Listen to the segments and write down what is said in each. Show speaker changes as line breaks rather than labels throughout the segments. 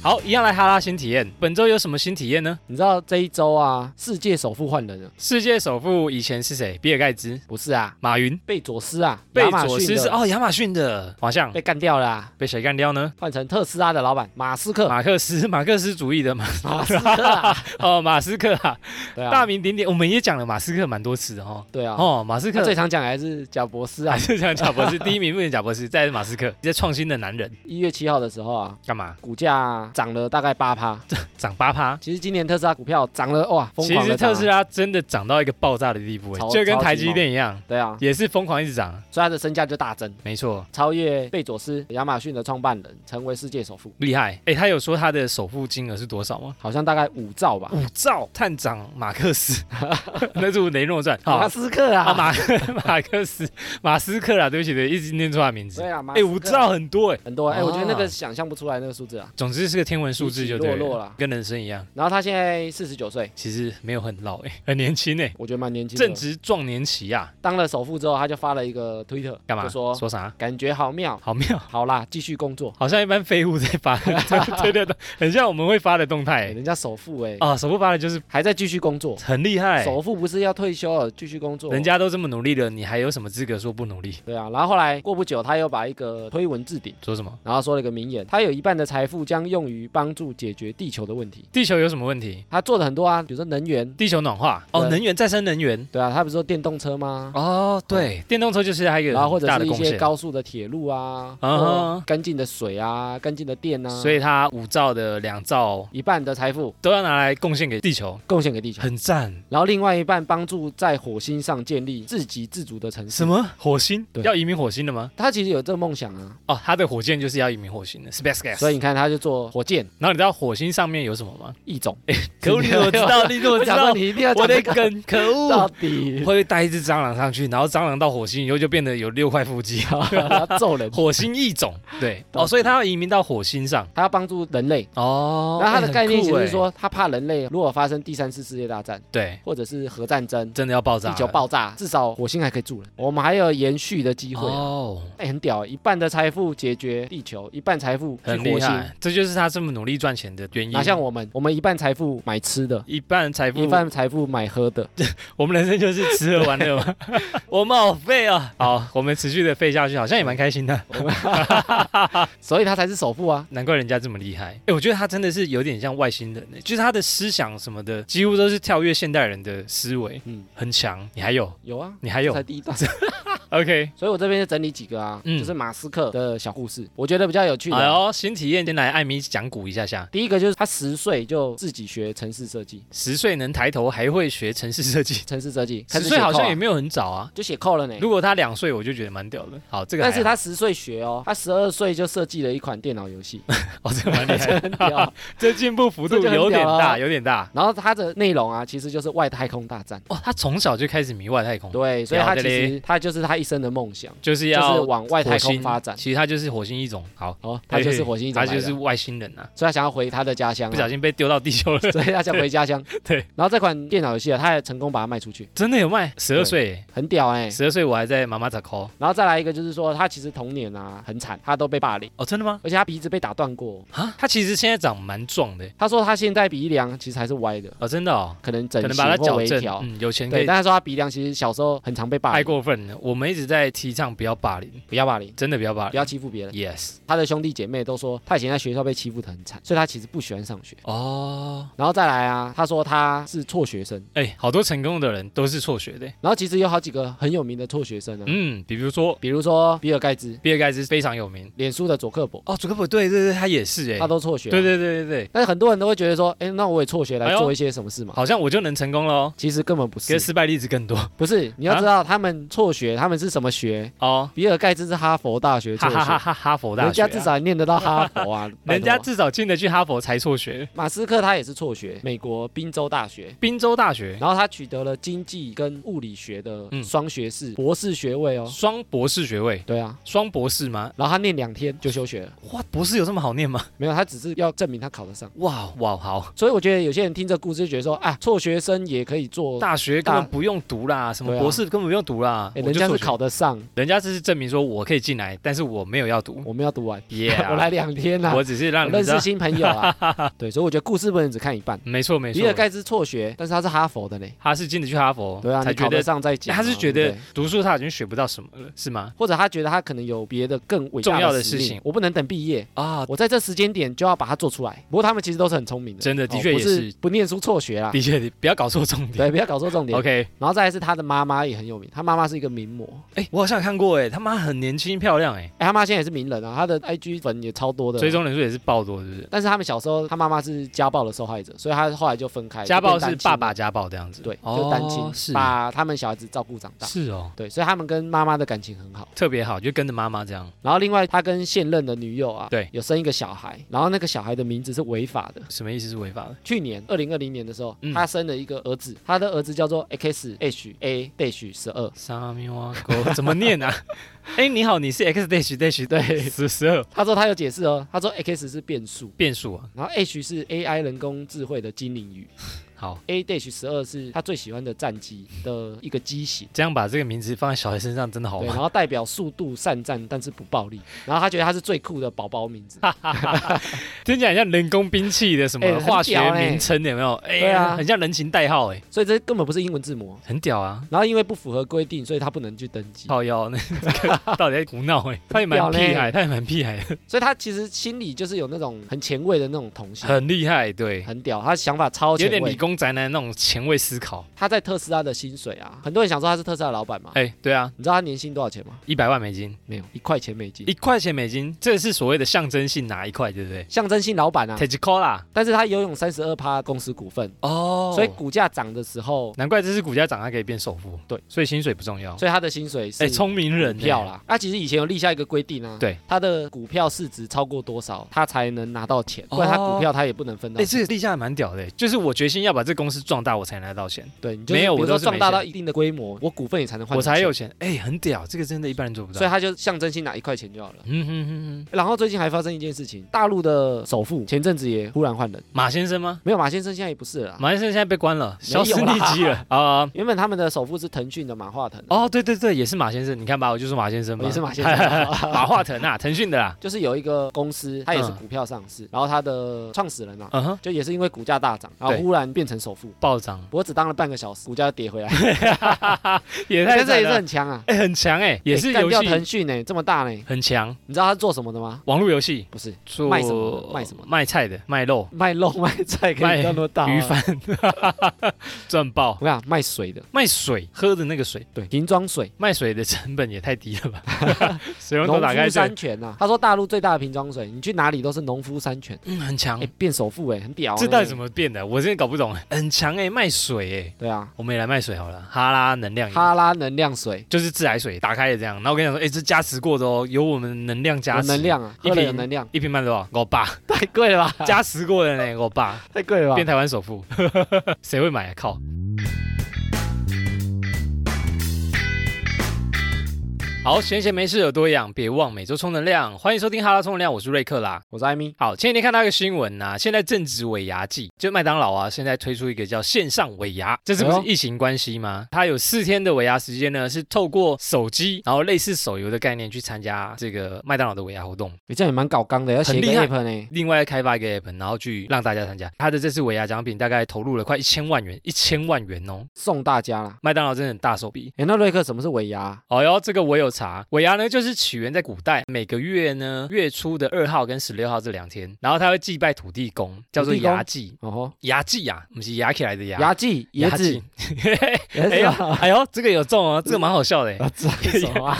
好，一样来哈拉新体验。本周有什么新体验呢？
你知道这一周啊，世界首富换人了？
世界首富以前是谁？比尔盖茨、
不是啊，
马云、
贝佐斯啊，
贝
亚马
佐
逊
斯
的
是哦，亚马逊的华像
被干掉了、啊，
被谁干掉呢？
换成特斯拉的老板马斯克。
马克思， 马克思主义的马
马斯克啊，
哦，马斯克啊，
对
大
啊，
名鼎鼎。我们也讲了马斯克蛮多次的哦。
对啊，
哦，马斯
他
克
最常讲的还是贾博士啊
还。是讲贾 博士，第一名不能贾博士，再来是马斯克，这创新的男人
一月七号的时候啊，
干嘛？
股价涨了大概八趴。
涨八趴。
其实今年特斯拉股票涨啊了哇，疯
其
狂
实
的
特斯拉真的涨到一个爆炸的地步，欸
超
就跟
超级
台积电一样，
对啊，
也是疯狂一直涨。
所以它的身价就大增，
没错，
超越贝佐斯、亚马逊的创办人，成为世界首富，
厉害。诶，他有说他的首付金额是多少吗？
好像大概五兆吧。
五兆探长马克 思，那是《雷诺传》好
马斯克
啊，
啊，
马马克思马斯克啦，对不起，对，一直念错他名字
对。啊，马斯
哎，
克
五兆很多哎，
很多哎，我觉得那
啊
个想象不出来那个数字啊。
总之是个天文数字就对
起起落落啦
跟人生一样，
然后他现在四十九岁，
其实没有很老 哎，很年轻哎，
我觉得蛮年轻
正
的。
值壮年期啊，
当了首富之后，他就发了一个推特，
干嘛？
就说
说啥？
感觉好妙，
好妙，
好啦，继续工作。
好像一般废物在发，对对对，很像我们会发的动态
哎人家首富哎，
啊，首富发的就是
还在继续工作。
很厉害，
首富不是要退休了，继续工作。
哎人家都这么努力了，你还有什么资格说不努力？
对啊，然后后来过不久，他又把一个推文置顶，
说什么？
然后说了一个名言，他有一半的财富将用于帮助解决地球的问题。
地球有什么问题？
他做了很多啊，比如说能源，
地球暖化哦，
对
能源再生能源
对啊，他不是说电动车吗？
哦，对，电动车就是还有一个
然后或
很
者
大的
是一
贡
些
献，
高速的铁路啊，
啊哈
或干净的水啊，干净的电啊，
所以它五兆的两兆
一半的财富
都要拿来贡献给地球，
贡献给地球，
很赞。
然后另外一半帮助在火星上建立自给自足的城市。
什？么火星
对
要移民火星了吗？
他其实有这个梦想啊，
哦，他的火箭就是要移民火星的 SpaceX。
所以你看他就做火箭
然后你知道火星上面有什么 吗？
一种。
可恶，你怎么知道？你怎么
啊我
知
想
道
说？你一定要
我
讲
的
这个
梗，可
到
恶！会
底
不，会带一只蟑螂上去，然后蟑螂到火星以后就变得有六块腹肌？啊
要揍人，
火星异种，对
到
哦，
底
所以它要移民到火星上
他要帮助人类。
哦。
然后他
欸
的概念其
很
实是，
酷欸
说，他怕人类如果发生第三次世界大战，
对，
或者是核战争，
真的要爆炸
地
了，
球爆炸，至少火星还可以住人，我们还有延续的机会啊。
哦，
哎，很屌，一半的财富解决地球，一半财富去
很
火
厉
星。
害，这就是他这么努力赚钱的原因。
哪像我们，我们一半财富买吃的，
一半财富
一，半财富买喝的。
我们人生就是吃喝玩乐 嘛。我们好废啊！好，我们持续的废下去，好像也蛮开心的，
哦所以他才是首富啊。
难怪人家这么厉害。哎，我觉得他真的是有点像外星人欸，就是他的思想什么的，几乎都是跳跃现代人的思维，
嗯，
很强。你还有，
有啊，
你还
这
有
才第一段。
，OK。
所以我这边就整理几个啊，
嗯
就是马斯克的小故事，我觉得比较有趣的。啊
哎呦，新体验，先来艾米讲古一下下。
第一个就是他十岁就自己学城市设计，
十岁能抬头，还会学城市设计。
城市设计，开
十
始
岁
写
好像
扣啊
也没有很早啊。
就写扣了呢。
如果他两岁，我就觉得蛮屌的。好，这个还
但
好
是他十岁学哦，他十二岁就设计了一款电脑游 戏，
哦，这个蛮厉害
很屌
的， 这进步幅度
这就很
有点
屌啊
大，有点大。
然后它的内容啊，其实就是外太空大战。
哦，他从小就开始迷外太空，
对，所以
屌
他
的
其
嘞
实他就是他一生的梦想，
就是
就
要
是往外太
火
空
星
发展。
其实他就是火星一种，好，
哦，他就是火星一种
他
来的，
就是外星人啊，
所以他想要回他的家乡
不
啊、
小心被丢到地 球了。。
所以他想回家乡
对，
然后这款电脑游戏啊，他也成功把它卖出去，
真的有卖，十二
对
岁，
很屌哎、
十二岁我还在妈妈咋 call
然后再来一个就是说，他其实童年啊很惨，他都被霸凌，
哦，真的吗？
而且他鼻子被打断过。
啊，他其实现在长蛮壮的
他说他现在鼻梁其实还是歪的，
哦，真的哦，
可能整
可能
形
把它
或
矫
微
正，
调。
嗯，有钱可
对，
以
但他说他鼻梁其实小时候很常被霸
太
凌，
过分了，我们一直在提倡不要霸凌，
不要霸凌，
真的不要霸
不
凌。
要欺负别人。
Yes，
他的兄弟姐妹都说他以前在学校被欺负得很惨，所以他其实不喜欢上学。
哦，
然后再来啊，他说他是辍学生，
哎，好多成功的人都是辍学的。
然后其实有好几个很有名的辍学生啊，
嗯，比如说
比如说比尔盖茨、
比尔盖茨非常有名。
脸书的佐克伯，
哦，祖克伯，对对对，他也是哎
他，都辍学、啊
对。对对对对，
但是很多人都会觉得说，哎，那我也辍学
哎
来
呦
做一些什么事嘛？
好像我就能成功喽，
其实根本不
可是
是，
失败例子更多
不是。你要
啊
知道他们辍学，他们是什么学？
哦。
比尔盖茨是哈佛大学
哈
辍
哈哈
学，
哈！哈佛大
人
学啊，
家至少念得到哈 佛啊，拜
人
托
家至少进得去哈佛才辍学，
马斯克他也是辍学，美国宾州大学。
宾州大学
然后他取得了经济跟物理学的
嗯
双学士、博士学位哦。
双博士学位，
对啊，
双博士吗？
然后他念两天就休学了，
哇，博士有这么好念吗？
没有，他只是要证明他考得上。
哇哇好，
所以我觉得有些人听这故事就觉得说，啊，辍学生也可以做，
大学根本
大
不用读啦，什么
对啊
博士根本不用读啦，
哎，
我
人
就
家
辍
是
学
考得上，
人家这是证明说我可以进来，但是我没有要读。
我们要读完，
耶、
我来两天啦，
嗯我只是让你
认识新朋友 啊。对，所以我觉得故事不能只看一半。
没错没错
比，尔盖茨辍学，但是他是哈佛的嘞。
他是进得去哈佛，
对啊，
哦才
你
觉
考得
得
上再讲啊、
他是觉
对
得
不对
读书他已经学不到什么了，是吗？
或者他觉得他可能有别的更伟大
重要的
使
事
命
情
我不能等毕业，
啊，
我在这时间点就要把它做出来。不过他们其实都是很聪明的，
真的的确
哦
也
不
是，
不念书辍学啦。
的确，你不要搞错重点。
对，不要搞错啊重点。
OK，
然后再来是他的妈妈也很有名，他妈妈是一个名模，
哎、我好像有看过，哎，他妈很年轻漂亮，哎，
哎，他妈现在也是名人啊，他的 IG 粉也超多的。
追踪人数也是爆多，是不是？
但是他们小时候，他妈妈是家暴的受害者，所以他后来就分开。
家暴
哎就变
是
单亲
爸
了
爸家暴这样子，
对，就
哦
单亲，
是
把他们小孩子照顾长大。
是哦，
对，所以他们跟妈妈的感情很好。
特别好，就跟着妈妈这样，
然后另外，他跟现任的女友啊，
对
有生一个小孩，然后那个小孩的名字是违法的。
什么意思是违法的？
去年二零二零年的时候，
嗯
他生了一个儿子，他的儿子叫做 X H A dash 十二。
沙米瓦狗怎么念 啊？哎、你好，你是 X dash dash
对
十十二
他说他有解释哦，他说 X 是变数，
变数啊，
然后 H 是 AI 人工智慧的精灵语
好。
，A dash 十二是他最喜欢的战机的一个机型。
这样把这个名字放在小孩身上真的好
对，然
吗？
后代表速度善战，但是不暴力。然后他觉得他是最酷的宝宝名字，
听起来很像人工兵器的什
哎
么
很
化学
屌欸
名称有没有？哎、
对啊
很像人情代号哎、
所以这根本不是英文字母。哦
很屌啊！
然后因为不符合规定，所以他不能去登记。
靠腰，那 这个到底在胡闹哎、他也蛮
屌嘞
屁孩，他也蛮屁孩的，
所以他其实心里就是有那种很前卫的那种童心，
很厉害，对，
很屌，他想法超
有
前
点理
卫。
工宅男那种前卫思考。
他在特斯拉的薪水啊，很多人想说他是特斯拉的老板嘛。
哎、对啊，
你知道他年薪多少钱吗？
一百万美金，
没有，一块钱美金
一。块钱美金，这是所谓的象征性拿一块，对不对
象征性老板啊，
？Tejicola
但是他拥有三十二趴公司股份，
哦
所以股价涨的时候，
难怪这只股价涨，它可以变首富。
对，
所以薪水不重要。
所以他的薪水是
哎，聪明人
股
呢
票，啦。那、啊其实以前有立下一个规定啊，
对，
他的股票市值超过多少，他才能拿到钱，
哦
不然他股票他也不能分到
哎，
钱。
这个立价蛮屌的，欸就是我决心要把这公司壮大，我才拿到钱，
对，你就是
没有
比如说
我都是没
壮大到一定的规模，我股份也才能换，
我才有。钱。哎，很屌，这个真的一般人做不到
所以。他就象征性拿一块钱就好了。
嗯哼哼哼，
然后最近还发生一件事情，大陆的首富前阵子也忽然换人，
马先生吗？
没有马先生现在也不是了啦。
马先生现在被关了，
没有
消
啦
失匿迹了啊！
原本他们的首富是腾讯的马化腾，
哦，对对对，也是马先生，你看吧，我就说马先生嘛，
我也是马先生，
马化腾啊，腾讯的啦，
就是有一个公司，它也是
嗯
股票上市，然后它的创始人啊，
嗯哼，
就也是因为股价大涨，然后
对
忽然变成首富。
暴涨，
不过只当了半个小时，股价就 跌回来，
也
但
太
是
惨
也是
了，
很强啊，
哎，很强哎，也是
干
游
掉
戏
腾讯呢，这么大呢，
很强，
你知道他是做什么的吗？
网络游戏
不是
做
卖什么的卖什么的
卖菜的，卖肉。
卖肉卖菜可
卖
以赚多大啊？
鱼贩赚爆
我。跟你讲，卖水的，
卖水喝的那个水，
对，瓶装水，
卖水的成本也太低了吧？ 水龙头
农
打开
夫
就
山泉啊呐。他说大陆最大的瓶装水，你去哪里都是农夫山泉，
嗯很强
哎，，变首富哎，很屌。
这到底怎
么？
么变的？我真的搞不懂。很强哎，卖水哎，
对啊，
我们也来卖水好了。哈拉能量饮
哈拉能量水，
就是自来水打开了这样，然后我跟你讲说，哎，这加持过的哦，有我们能量加
有
持。
能量啊，
一
喝了有
瓶
能量，
一瓶卖多少？我爸
太贵了吧？
加持过的呢，我 爸
太贵了吧
变？台湾首富， 谁会买啊？靠！好，闲闲没事有多养，别忘每周充能量。欢迎收听哈拉充能量，我是瑞克啦。
我是艾米，
好，前几天看到一个新闻呐、现在正值尾牙季，就麦当劳啊，现在推出一个叫线上尾牙，这是不
哎
是
呦
疫情关系吗？它有四天的尾牙时间呢，是透过手机，然后类似手游的概念去参加这个麦当劳的尾牙活动。
你这样也蛮搞刚的，要写一个
很厉害
app 呢。
另外开发一个 app，然后去让大家参加。它的这次尾牙奖品大概投入了快一千万元，一千万元哦，
送大家啦。
麦当劳真的很大手笔。
哎，那瑞克什么是尾牙？
哦哟，这个我有查，尾牙呢就是起源在古代，每个月呢月初的二号跟十六号这两天，然后他会祭拜土地公，叫做
土地公
牙祭。
哦吼，
牙祭呀、啊，不是牙起来的牙。
牙祭、椰子
祭，，
椰
哎
子
呦
啊，
哎呦，这个有中 哦，这个蛮好笑的耶，
啊，这是什么啊？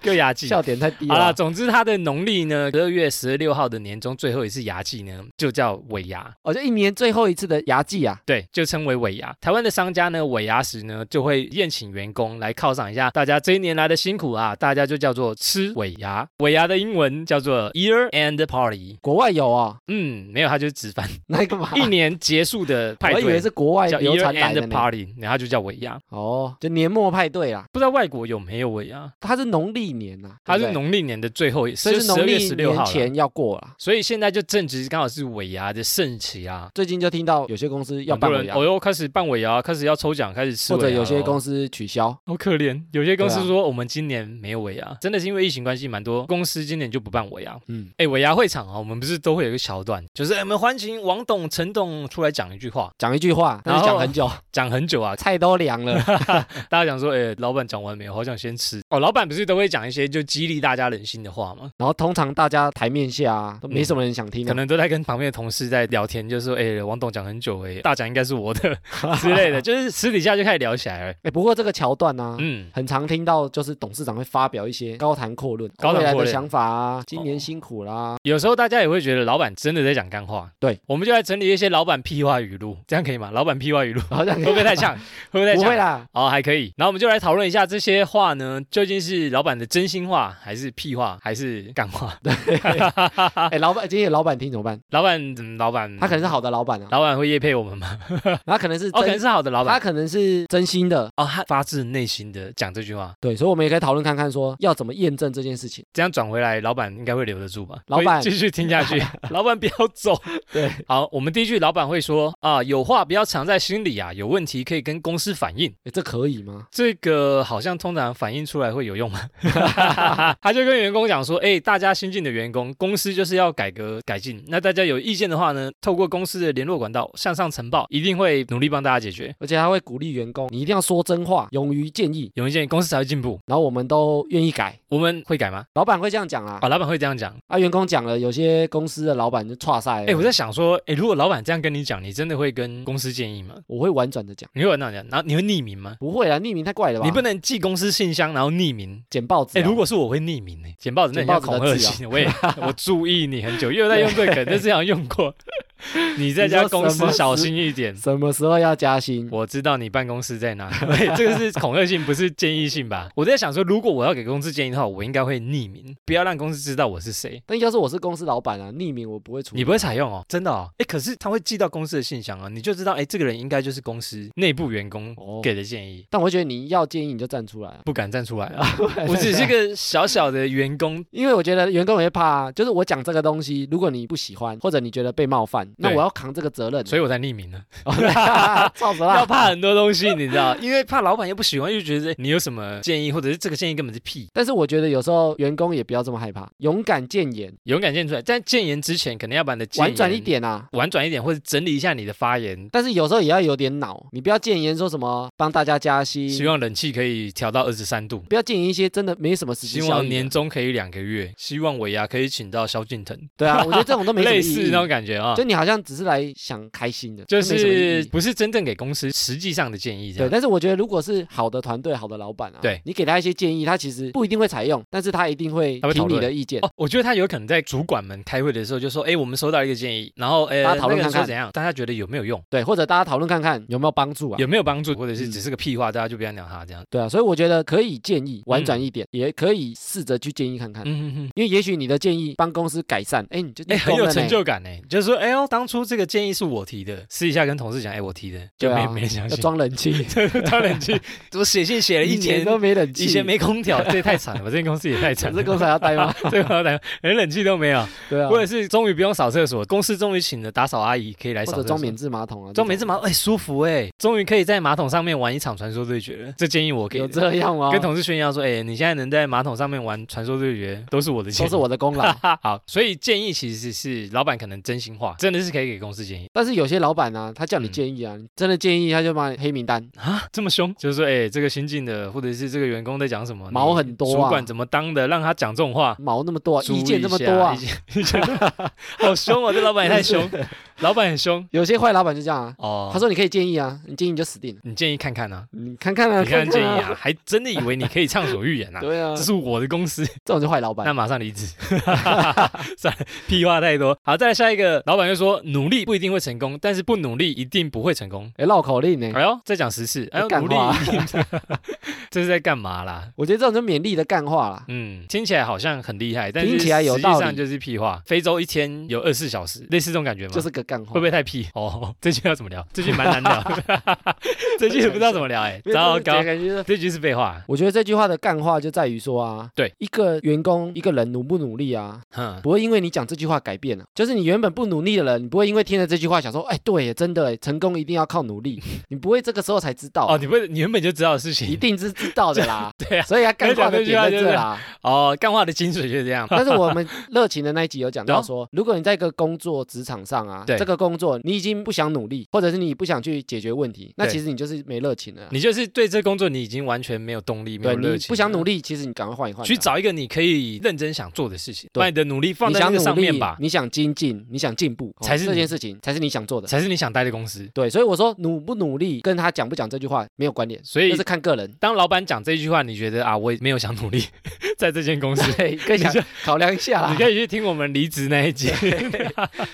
就牙祭。
笑点太低
好啦，
了。
总之它的农历呢，十二月十六号的年终最后一次牙祭呢，就叫尾牙。
哦，就一年最后一次的牙祭啊，
对，就称为尾牙。台湾的商家呢，尾牙时呢，就会宴请员工来犒赏一下大家这一年来的辛苦啊，大家就叫做吃尾牙。尾牙的英文叫做 Year End Party。
国外有啊，
嗯，没有，它就是直翻，
那干嘛？
一年结束的派
我以为
对。
是国外
叫
流
Year
传来
End
的呢。
Party，然后它就叫尾牙。
哦，就年末派对啦，
不知道外国有没有尾牙？
它是农历年呐，
它
对
是
不对，
农历年的最后一，
所以是
十
农
月
历
十六号
年
啦
前要过啦。
所以现在就正值刚好是尾牙的盛期啊。
最近就听到有些公司要
很多
办
人
尾牙，
哦哟，开始办尾牙，开始要抽奖，开始吃
或者
尾牙
有些
咯
公司取消，
好可怜，有些公司
对啊
说我们今年年没有尾牙，真的是因为疫情关系，蛮多公司今年就不办尾牙。
嗯，
哎，尾牙会场啊，我们不是都会有一个桥段，就是哎我们欢迎王董、陈董出来讲一句话，
讲一句话，但是
然后
讲 很久，
讲很久啊，
菜都 凉了。
大家讲说，哎，老板讲完没有？好想先吃哦。老板不是都会讲一些就激励大家人心的话吗？
然后通常大家台面下啊，都没什么人想听
可
啊，
能都在跟旁边的同事在聊天，就说，哎，王董讲很久，哎，大奖应该是我的 之类 的，就是私底下就开始聊起来了。
哎，不过这个桥段呢、
嗯，
很常听到，就是董事长会发表一些高谈阔论，
高谈阔
未
论哦
来的想法啊，今年辛苦啦，
有时候大家也会觉得老板真的在讲干话，
对，
我们就来整理一些老板屁话语录，这样可以吗？老板屁话语录
好像
会不会太 像？会不会太
不
像？
会啦，
哦，还可以。然后我们就来讨论一下这些话呢，究竟是老板的真心话，还是屁话，还是干话？
哎，老板，今天老板听怎么办？
老板，啊嗯，老板，
他可能是好的老板啊，
老板会夜配我们吗？
他可能是
哦，可能
真，
是好的老
他
板。
可能是真心的，
哦，他发自内心的讲这句话，
对，所以我们也可以讨论看看，说要怎么验证这件事情。
这样转回来，老板应该会留得住吧？
老板
会继续听下 去，老板不要走。
对，
好，我们第一句，老板会说啊，有话不要藏在心里啊，有问题可以跟公司反映。
哎，这可以吗？
这个好像通常反映出来会有用吗？ 他就跟员工讲说，哎、大家新进的员工，公司就是要改革改进。那大家有意见的话呢，透过公司的联络管道向上呈报，一定会努力帮大家解决。
而且他会鼓励员工，你一定要说真话，勇于建议，
有意见，公司才会进步。
然后我们都愿意改。
我们会改吗？
老板会这样讲啦，
啊，老板会这样讲。
啊，员工讲了，有些公司的老板就岔赛了。
哎、我在想说，哎、如果老板这样跟你讲，你真的会跟公司建议吗？
我会婉转的讲，
你会那样讲，然后你会匿名吗？
不会啦，匿名太怪了吧？
你不能寄公司信箱，然后匿名。
简报纸、
哎、
啊
如果是我会匿名呢、简报纸那很像恐吓信， 我也我注意你很久，又在用这个 梗，但是想用过。你在家公司小心一点，
什么时候要加薪？
我知道你办公室在哪。 对，这个是恐吓信，不是建议信吧？我在想说，如果我要给公司建议的话，我应该会匿名，不要让公司知道我是谁。
但要是我是公司老板啊，匿名我不会处理。
你不会采用哦，真的哦。哎，可是他会寄到公司的信箱啊，你就知道，哎，这个人应该就是公司内部员工
哦
给的建议。
但我会觉得你要建议你就站出 来、啊，
不敢站出来啊！我只是个小小的员工，
因为我觉得员工也会怕、啊，就是我讲这个东西，如果你不喜欢或者你觉得被冒犯，那
对
我要扛这个责任。
所以我才匿名 了。
操 死
要
啦！
怕很多东西，你知道，因为怕老板又不喜欢，又觉得你有什么建议，或者是这个建议根本是屁。
但是我觉得有时候员工也不要这么害怕，勇敢谏言，
勇敢建出来，但建言之前，可能要嗯把你的建言
婉转一，点啊。
婉转一点，或者整理一下你的发言。
但是有时候也要有点脑，你不要谏言说什么帮大家加薪，
希望冷气可以调到二十三度，
不要建议一些真的没什么实际
希
效
望
益的。
年终可以两个月，希望尾牙可以请到萧敬腾，
对啊，我觉得这种 都没什么
类
意
似
义。
那种感觉啊，
就你好像只是来想开心的，
就
这没什么意
是
义
不是真正给公司实际上的建议这
对。
样。
但是我觉得，如果是好的团队、好的老板啊，
对
你给他一些建议，他其实不一定会采用，但是他一定会
他会讨
听
论
你的意见。
哦，我觉得他有可能在主管们开会的时候就说，哎，我们收到一个建议，然后哎，
大家讨论
那个人
看
说
看
怎样，大家觉得有没有用，
对，或者大家讨论看看有没有帮助啊？
有没有帮助，或者是
嗯
只是个屁话，大家就不要鸟他这样。
对啊，所以我觉得可以建议婉转一点，也可以试着去建议看看，
嗯嗯嗯嗯。
因为也许你的建议帮公司改善，哎，你就
哎、
立
很
功
有
了
成
呢，
就感呢、就是说，哎呦，当初这个建议是我提的，私底下跟同事讲，哎、我提的，就
对
没、
啊
没人相
要
信。
装冷 气，
当然 去，我写信写了一
以前
年，
都没冷气，
以前没空 调，这也太惨了吧，这间公司也太惨
这
了。
公司还要待吗？
对吧？连冷气都没有，
对啊，
或者是终于不用扫厕所，公司终于请了打扫阿姨可以来
或
扫
者
厕
装
所
免。治马桶啊，
装免治马桶，哎、舒服哎、终于可以在马桶上面玩一场传说对决了。这建议我
桶
给
有
的，
这样吗？
跟同事炫耀说，哎、你现在能在马桶上面玩传说对决，都是我的建
都
议，
是我的功劳。
好，所以建议其实是老板可能真心话，真的是可以给公司 建议
但是有些老板啊，他叫你
嗯
建议啊，你真的建议他就把你黑 名单，
啊，这么凶，就是说，哎、这个新进的或者是这个员工在讲什么，
毛
你
很多啊
主管怎么当的，让他讲这种话，
毛那么多、啊，
注意
意
一
见这么
下
多啊
意。见意见 好凶哦，这老板也太 凶，老板很凶
有些坏老板就这样啊，
哦。
他说你可以建议啊，你建议你就死定了，
你建议看看啊，
你看 看啊，
你看看建议
啊。
啊，还真的以为你可以畅所欲言啊。
对啊，
这
这
是我的公 司，
种就坏老
那
板，
马上离职。 算了，屁话太多。好，再来下一个，老板就说努力不一定会成功，但是不努力一定不会成功。
哎，绕口令呢、
哎呦，再讲十次，哎呦，
干
努力
话
一定， 这是在干嘛啦？
我觉得这种就勉励的干话啦。
嗯，听起来好像很厉害，但是
听起来有道理
实际上就是屁话。非洲一天有二十四小时，类似这种感觉吗？
就是个干话，
会不会太屁？哦，这句要怎么聊？这句蛮难聊， 这句也不知道怎么聊 哎、
因为这
糟
种
糕，
感觉就是。
这句是废话。
我觉得这句话的干话就在于说啊，
对
一个员工一个人努不努力啊，
哼，
不会因为你讲这句话改变啊。就是你原本不努力的人，你不会因为听了这句话想说，哎，对耶，真的耶，成功一定要靠努力，你不会这个时候才知道啊、
哦，你不会，你原本就知道的事
一
情
定是知道的啦。
对啊
所以他干话的点在这啦。
哦，干话的精髓就是这样。
但是我们热情的那一集有讲到说， 如果你在一个工作职场上啊，
对
这个工作你已经不想努力，或者是你不想去解决问题，那
对
其实你就是没热情了啊。
你就是对这工作你已经完全没有动力，没
对
有
你
热情，
不想努。力，其实你赶快换一啊换吧。
去找一个你可以认真想做的事情，
对
把你的努力放
你
在那
想
个
努
上面
力
吧，，
你想精进，你想进步，哦
才是
这
你
件事情才是你想做的。
才是你想待的公司。
对，所以我说努不努力跟他讲不讲这句话没有关联，
所以
那是看个人。
当老板讲这句话，你觉得啊，我也没有想努力 在这间公司。
对，可以想考量一下啦
你。可以去听我们离职那一 集，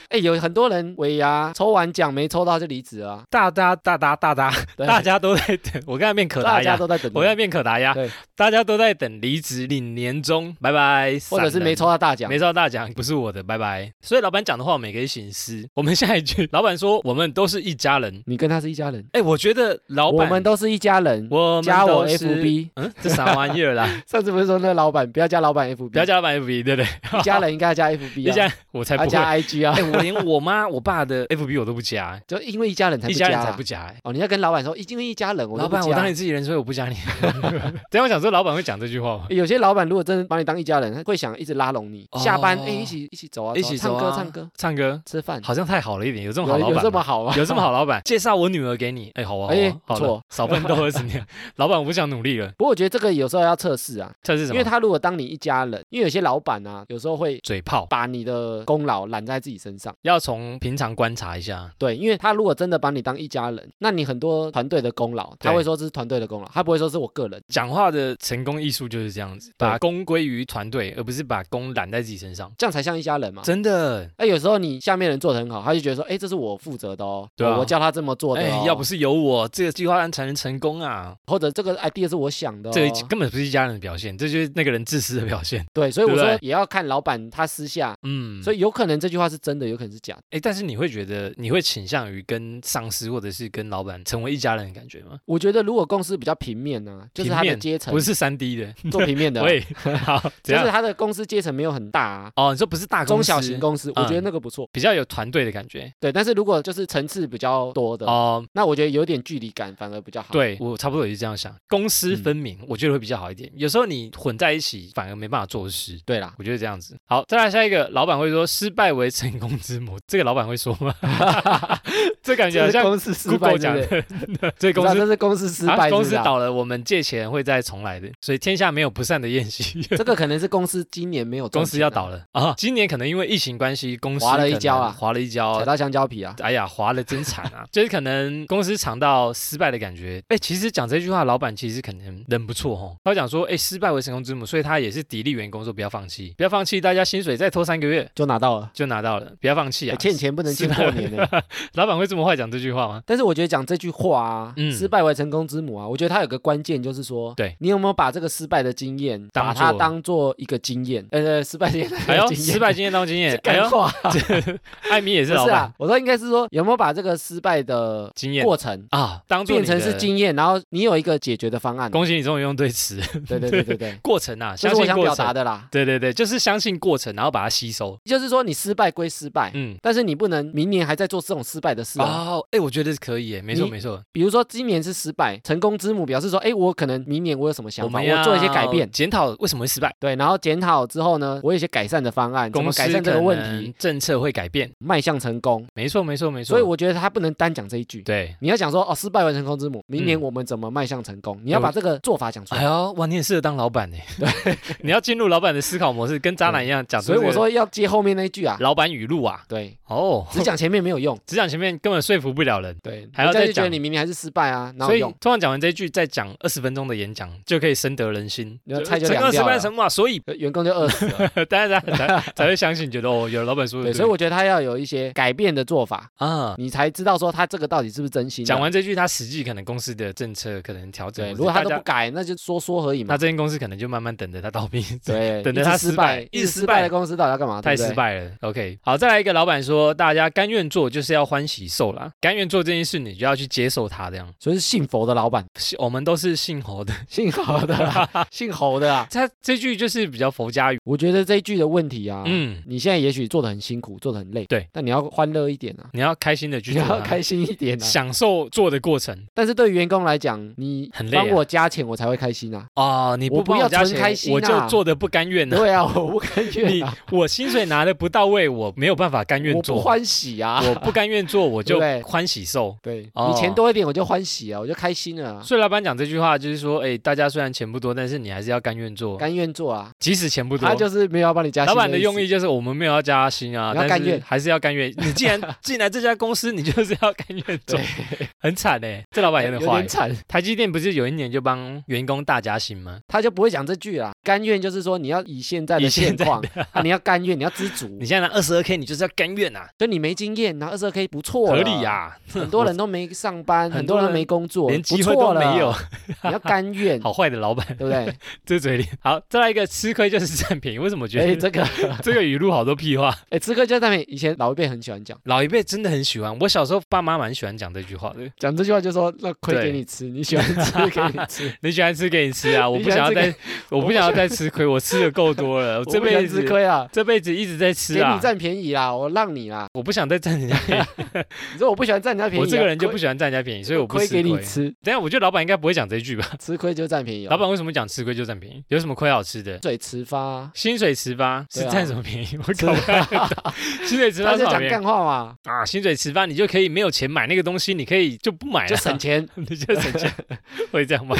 哎，有很多人尾牙抽完奖没抽到就离职了啊，
大家大家大家
对
大家都在等，我刚才变可达
大家
鸭，
都在等你，
我刚才变可达鸭
对，
大家都在等离职领年终，拜拜，
或者是
散人
没抽到大奖
没。抽到大奖，不是我的，拜拜。所以老板讲的话，我们也可以醒思。我们下一句， 老板说我们都是一家人。
你跟他是一家人，
哎，我觉得老
我
板，
们都是一家人。
我们
加我
都是
FB
嗯，这啥玩意儿 啦？
上次不是说那个老板不要加老板 FB，
不要加老板 FB，对不对？
一家人应该加 FB
一
啊，
家我才
要
不会。
加 IG 啊
哎，，我连我妈我爸的 FB 我都不加，
就因为一家人才
一
不
家
加
人才
啊
不。加。哎
哦，你要跟老板说，因为一家人，我都
老
不
板，
加
我当你自己人，所以我不加你。 等一下我想说，老板会讲这句话吗？
欸有些老板如果真的把你当一家人，他会想一直拉拢你，
哦
下班哎、欸一起一起走啊，
一起
唱
走
歌
啊
唱歌，
唱歌
吃饭，
好像太好了一点，有这么好
有
老
有
板啊
这么
吗？
好啊吗？
有这么好老板，介绍我女儿给你。哎，好啊，好
哎
啊，好
不
了
错，
少奋斗二十 年。老板，我不想努力了。
不过我觉得这个有时候要测试啊，
这是什
因
么？
为他如果当你一家人，因为有些老板啊，有时候会
嘴炮，
把你的功劳揽在自己身上。
要从平常观察一下。
对，因为他如果真的把你当一家人，那你很多团队的功劳，他
对
会说这是团队的功劳，他不会说是我个人。
讲话的成功艺术就是这样子，把功归于团队，而不是把功揽在自己身上。
这样才像一家人嘛。
真的，
哎，有时候你下面人做得很好，他就觉得说，哎，这是我负责的哦，
对啊
我叫他这么做的、
哎
哦，
要不是有我，这个计划案才能成功啊！
或者这个 idea 是我想的、哦，
这根本不是一家人的表现，这就是那个人自私的表 现。
对，所以我
对不对
说也要看老板他私下，
嗯，
所
所以
以有可能这句话是真的，有可能是假的。
哎，但是你会觉得你会倾向于跟上司或者是跟老板成为一家人的感觉吗？
我觉得如果公司比较平面呢、就是他
平
的
面
阶层
不是三 D 的，
做平面的啊、
喂，好，怎
就
样
是？他的公司阶层没有很大、啊。
哦，你说不是大公
中
司
小型公司，我
嗯
觉得那个不错。
比较有团队的感觉
对，但是如果就是层次比较多的，
哦，
那我觉得有点距离感反而比较好。，
对我差不多也是这样想，公私
嗯
分明，我觉得会比较好一点。有时候你混在一起，反而没办法做事。
对 啦，
我觉得这样子。好，再来下一个，老板会说失败为成功之母，这个老板会说吗？ 这感觉好
这是
像
公司失败
Google
对
讲
不对，
的， 这
不
公
知道
司
这是公司失败
啊
是不
公
是
司
啊
倒了，我们借钱会再重来的，所以天下没有不散的宴席。
这个可能是公司今年没有赚
公司
钱
要
啊
倒了啊！今年可能因为疫情关系，公司
滑了一
可能
跤啊
滑了一跤
踩，到香蕉皮啊，
哎呀，滑的真惨啊！ 就是可能公司尝到失败的感觉。哎，其实讲这句话，老板其实可能人不错哦。他会讲说，哎，失败为成功之母，所以他也是砥砺员工说不要放弃，不要放弃，大家薪水再拖三个月
就拿到了。
就拿到了，不要放弃
欸
啊！
欠钱不能
是
欠
吧
过年欸呢。
老板会这么坏讲这句话 吗？
但是我觉得讲这句话啊，
嗯
失败为成功之母啊，我觉得它有个关键就是说，
对
你有没有把这个失败的经验，
当
把它
作
当做一个经验，呃，呃失败经验，
哎呦，
经验，
失败经验当经验哎
干
呦，
话，
艾米也是
不
老
是
板
啊，我说应该是说有没有把这个失败的
经验
过程。
啊，当做
变
你的
成是。经验，然后你有一个解决的方案。
恭喜你终于用对词，
对对对对对，
过程啊，
这
相
是我
信
想
过
表达
程。
的啦。
对对对，就是相信过程，然后把它吸收。
就是说你失败归失败，
嗯，
但是你不能明年还在做这种失败的事啊。
哦，哎，我觉得可以耶，没错
你
没错。
比如说今年是失败，成功之母表示说，哎，我可能明年我有什么想
我
法，
们
我做一些改
要
变。
检讨为什么会失败。
对，然后检讨之后呢，我有一些改善的方案，怎
公
么
司
改善这个问
可能
题，
政策会改变。
迈向成功。
没错，没错，没错。
所以我觉得他不能单讲这一句，
对，
你要讲说哦，失败为成功之母，明年
嗯
我们怎么迈向成功？你要把
我
这个做法讲出
哎
来。
呦，哇，你很适合当老板呢。 对，你要进入老板的思考模式，跟渣男一样讲出
所
这
以
个。
我说要接后面那一句啊，
老板语录啊，
对，
哦，
只讲前面没有 用，
只讲前面根本说服不了人。
对，
还要
人家
再
就觉得
讲
你明年还是失败啊，哪
所
有
以
用？
通常讲完这一句，再讲二十分钟的演讲，就可以深得人心。
那菜就
成功
凉
失
掉
败
了
成功啊，所以
呃员工就饿死了，
大家才 才才会相信，觉得哦，有老板说的
对，所以
以
我觉得他要有一些改变的做法，
啊，
你才知道说他这个到底是不是真心的。啊
讲完这句，他实际可能公司的政策可能调整，
对，
或者
如果他都
大家
不改，那就说说而已
那
嘛。
这间公司可能就慢慢等着他倒闭。
对，
等着
一直
他
失
失败
一
一
直
直
失
失
败
败
啊的公司到底要干嘛？对
太
不对
失败了。OK，好，再来一个，老板说，大大家甘愿做就是要欢喜受啦，甘愿做这件事你就要去接受它，这样
所以是信佛的老板，
是我们都是信猴的。
姓侯的 啦，姓侯的啊。
他这句就是比较佛家语，
我觉得这一句的问题啊，
嗯，
你现在也许做的很辛苦，做的很累，
对，
但你要欢乐一点啊，
你要开心的去
你
做
要
它，
开心一 点啊。
享受做的过程
但是对于员工来讲，你
很累啊
帮我加钱，我才会开 心啊。
啊！你
我不
帮
要
我加
纯
钱，
开心
我
啊
就做的不甘愿呢。
对啊，我不甘愿啊，
我薪水拿的不到位，我没有办法甘愿
我
做，
不欢喜啊。
我不甘愿做，我就
对不对
欢喜受。
对
哦
你钱多一点，我就欢喜啊，我就开心了啊，
所以老板讲这句话就是说，哎，大家虽然钱不多，但是你还是要甘愿做，
甘愿做啊。
即使钱不多
他。就是没有要帮你加薪。
老板的用意，就是我们没有要加薪啊，
你要
但
甘
是
愿
还是要甘 愿。你既然进来这家公司，你就是要甘愿做，很惨哎、这老板有
有
点坏
点。惨，
台积电不是有一年就帮员工大加薪吗？
他就不会讲这句啦。啊甘愿就是说你要以现在
以
的
现
现
在
况 啊，你要甘愿，你要知足
你。现在拿二十二 k，你就是要甘愿啊，
所以你没经验，拿二十二 k 不错，
合理。啊呀、
很多人都没上班，
很
很
多
多
人
人没工作，
连
不
机会都
错了
没有。，
你要甘愿，
好坏的老板，
对不对？
这嘴脸。好，再来一个吃亏就是占便宜，为什么我觉
哎，
得
这个，
这个语录好多屁话？
哎，吃亏就在那边。以前老一辈很喜欢讲，
老一辈真的很喜欢，我小时候爸妈蛮喜欢讲这句话的。
讲这句话就说那亏
对
给你吃，你喜欢吃给你吃，
你喜欢吃给你吃 啊，我不想要再，我不想要再吃亏，我吃的够多了， 我
我
这
不喜欢
辈子
吃亏啊。
这辈子一直在
给
吃啊
你，占便宜啦，我让你啦。
我不想再占人家便宜，
你说我不喜欢占人家便宜啊，
我这个人就
亏
不喜欢占人家便宜，所以我不
亏
吃
给
亏。
你吃，
等一下，我觉得老板应该不会讲这句吧？
吃亏就占便宜哦。
老板为什么讲吃亏就占便宜？有什么亏好吃的？
嘴吃发啊，
薪水迟发是
对啊
占什么便 宜？我搞不太懂。薪水迟发
他
是什么
就讲
便宜
干话嘛，
啊？薪水迟发你就可以没有钱买那个东西，你可以就不买了，
就省钱。
你哎 就省钱，会这样 吗？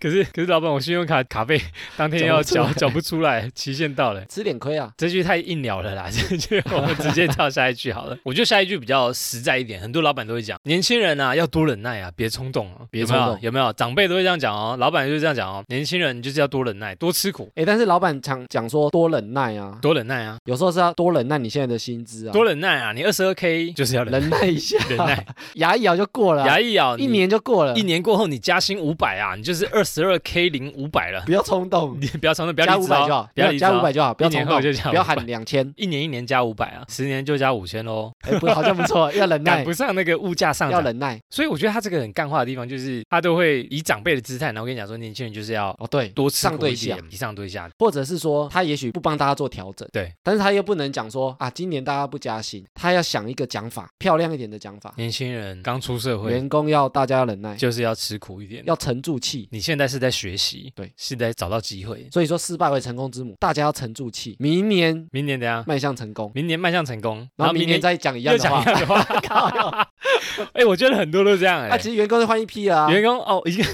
可是可是老板，我信用卡卡费当天要
缴
缴
不出来
缴不出来，期限到了。
吃点亏啊，
这句太硬聊了啦， 这句我们直接跳下一句好了。我觉得下一句比较实在一点，很多老板都会讲，年轻人啊要多忍耐啊，别冲动啊，
别
有没有
冲动
有没有？长辈都会这样讲哦，老板就是这样讲哦，年轻人你就是要多忍耐，多吃苦，
哎，但是老板常讲说多忍耐啊，
多忍耐啊，
有时候是要多忍耐你现在的薪资啊，
多忍耐啊，你二十二 k 就是要忍
忍耐一下，
忍耐，
牙一咬就过了啊，
牙一 咬
一
你
年就过了
一，年过后你加薪五百啊，你就是二十二 k 零五百了，
不要冲动，
你不要冲动，不要
加
离
五
职
百
哦
就好，
不要离职
加五
哦
百。就好，不要
一年
冲
后
动
就加，
不要
500
喊两千，
一年一年加五百啊，十年就加五千喽，
哎，不，好像不 错，要忍
赶
耐
不，上那个物价上
要
涨。
忍耐。
所以我觉得他这个很干话的地方，就是他都会以长辈的姿态，然后跟你讲说，年轻人就是要
哦，对，
多吃
上
苦一
对
点
下，，
以上对下，
或者是说他也许不帮大家做调整，
对，
但是他又不能讲说啊，今年大家不加薪，他要想一个讲法，漂亮一点的讲法，
年轻人刚出社会
员工要大家要忍耐，
就是要吃苦一点。
要沉住气。
你现在是在学习，
对
是在找到机会。
所以说，失败为成功之母，大家要沉住气，明年
明年怎样？
迈向成功，
明年迈向成功，
然后明年
年
再讲一 样
又
的
讲
话
一。样的话。 哎，我觉得很多都这样
啊，
哎
其。实员工就换一批了、啊，
员工哦，一个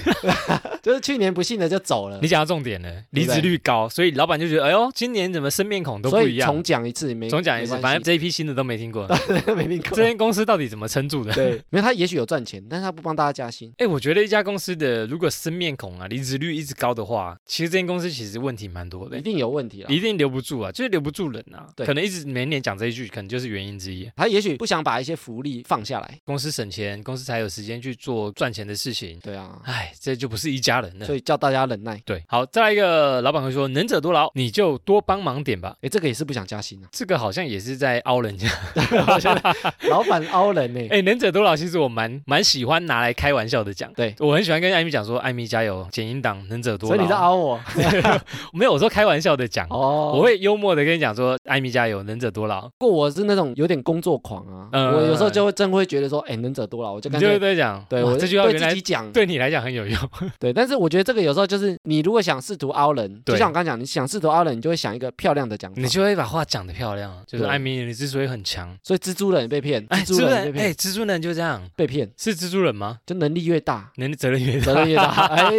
就是去年不幸的就走了
你，讲到重点了，离
对不对
职率高，所以老板就觉得，哎呦，今年怎么生面孔都
所
不一
以
样
重。讲一次也没
总讲一次，反
没关
正
系
这一批新的都没听过，
没听过
这间公司到底怎么撑住的？
对，没有他也许有赚钱，但是他不帮大家加薪，
哎、我觉得一家公司的如果生面孔啊，离职率一直高的话，其实这间公司其实问题蛮多的
一，定有问题了。
一定留不住啊，就是留不住人啊。
对
可能一直每年讲这一句，可能就是原因之一。
他也许不想把一些福利放下来，
公司省钱，公司才有时间去做赚钱的事情。
对啊，
哎，这就不是一家人了
所。以叫大家忍耐。
对，好，再来一个，老板会说“能者多劳”，你就多帮忙点吧。，
哎，这个也是不想加薪啊
这个好像也是在凹人家。
老板凹人呢、
哎，能者多劳，其实我蛮蛮喜欢拿来开玩笑的讲。
对
我很喜欢跟艾米讲说，艾米加油，剪音档，能者多劳。
所以你在凹我
没有，我说开玩笑的 讲。
哦。
我会幽默的跟你讲说，艾米加油，能者多劳。
不过我是那种有点工作狂啊，
嗯
我有时候就会真会觉得说，哎，能者多劳，我就
你
干
就会
脆。
对讲，
对
哇
我
这句话
对
原
自
来
己讲，
对你来讲很有用。
对，但是我觉得这个有时候就是你如果想试图凹人，
对
就像我刚刚讲，你想试图凹人，你就会想一个漂亮的讲 法
你。就会把话讲得漂亮， 就是
对
艾米，你之所以很强，
所以蜘蛛人被骗，
哎，
蜘蛛人被
人，哎，
骗，
蜘蛛人就这样，
被骗
是蜘蛛人吗？
就能力越大，
能力责任越
责
大，
任越大。哎，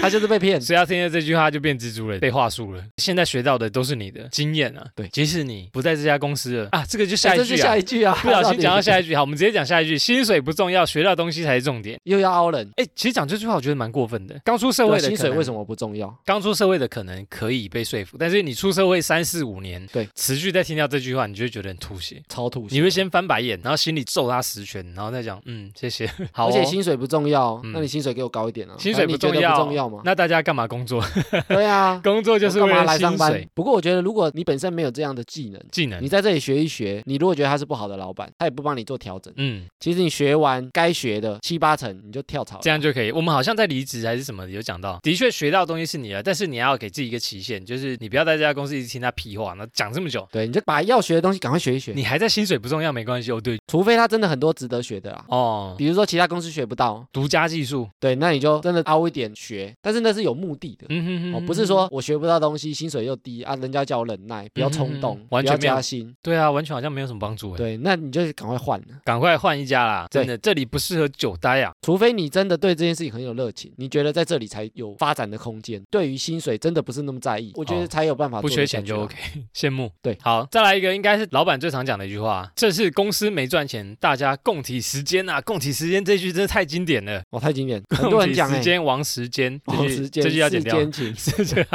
他就是被骗。
所以他听了这句话就变蜘蛛人，被话术了。现在学到的都是你的经验啊，
对
即使你不在这家公司了啊，这个就 下
哎
一
这是
句
下
啊，
一句啊，
不小心 讲到
底
下一句，好，我们直接讲下一句，薪水不重要，学到东西才是重点。
又要凹人，啊
哎，其实讲这句话我觉得蛮蛮过分的。刚出社会的
薪水为什
么？
么不重要？
刚出社会的可能可以被说服，但是你出社会三四五年，
对，
持续在听到这句话，你就会觉得很吐血。
超吐血
你会先翻白眼，然后心里揍他十拳，然后再讲嗯谢谢，好、哦，
而且薪水不重要，
嗯
那你薪水给我高一点啊！
薪水不重
那你觉得
要，
不重要吗？
那大家干嘛工作？
对啊，
工作就是
我
为
干嘛
了
来上
薪
班
水、？嗯
不过我觉得，如果你本身没有这样的技能，
技能
你。在这里学一学，你如果觉得他是不好的老板，他也不帮你做调整，
嗯，
其实你学完该学的七八成，你就跳槽了。
这样就可以。我们好像在离职还是什么有讲到，的确学到东西是你的，但是你要给自己一个期限，就是你不要在这家公司一直听他屁话，那讲这么久，
对，你就把要学的东西赶快学一学，
你还在薪水不重要没关系哦。对
除非他真的很多值得学的啦。
哦，
比如说其他公司学不到，
独家技术，
对，那你就真的凹一点学，但是那是有目的的。
嗯哼哼
哦，不是说我学不到东西，薪水又低啊，人家叫我忍耐，不要冲
嗯
动，
完
不
全
要
没有
加薪，
对啊，完全好像没有什么帮助哎。
对，那你就赶快换了。
赶快换一家啦，真的，这里不适合久待啊。
除非你真的对这件事情很有热情，你觉得在这里才有发展的空间，对于薪水真的不是那么在意，我觉
哦
得才有办法
不
做
缺
得
钱
下
就
去啊
OK，羡 慕。
对
好，再来一个，应该是老板最常讲的一句话，这是公司没赚钱，大家共体时间啊， 共体时间这句真的太经典了。
哇，哦太 经典， 很
共
多
体
人讲
时
哎，
间王时间，这
哦
句
时间
这句要
世
剪掉。
间 情
是这样，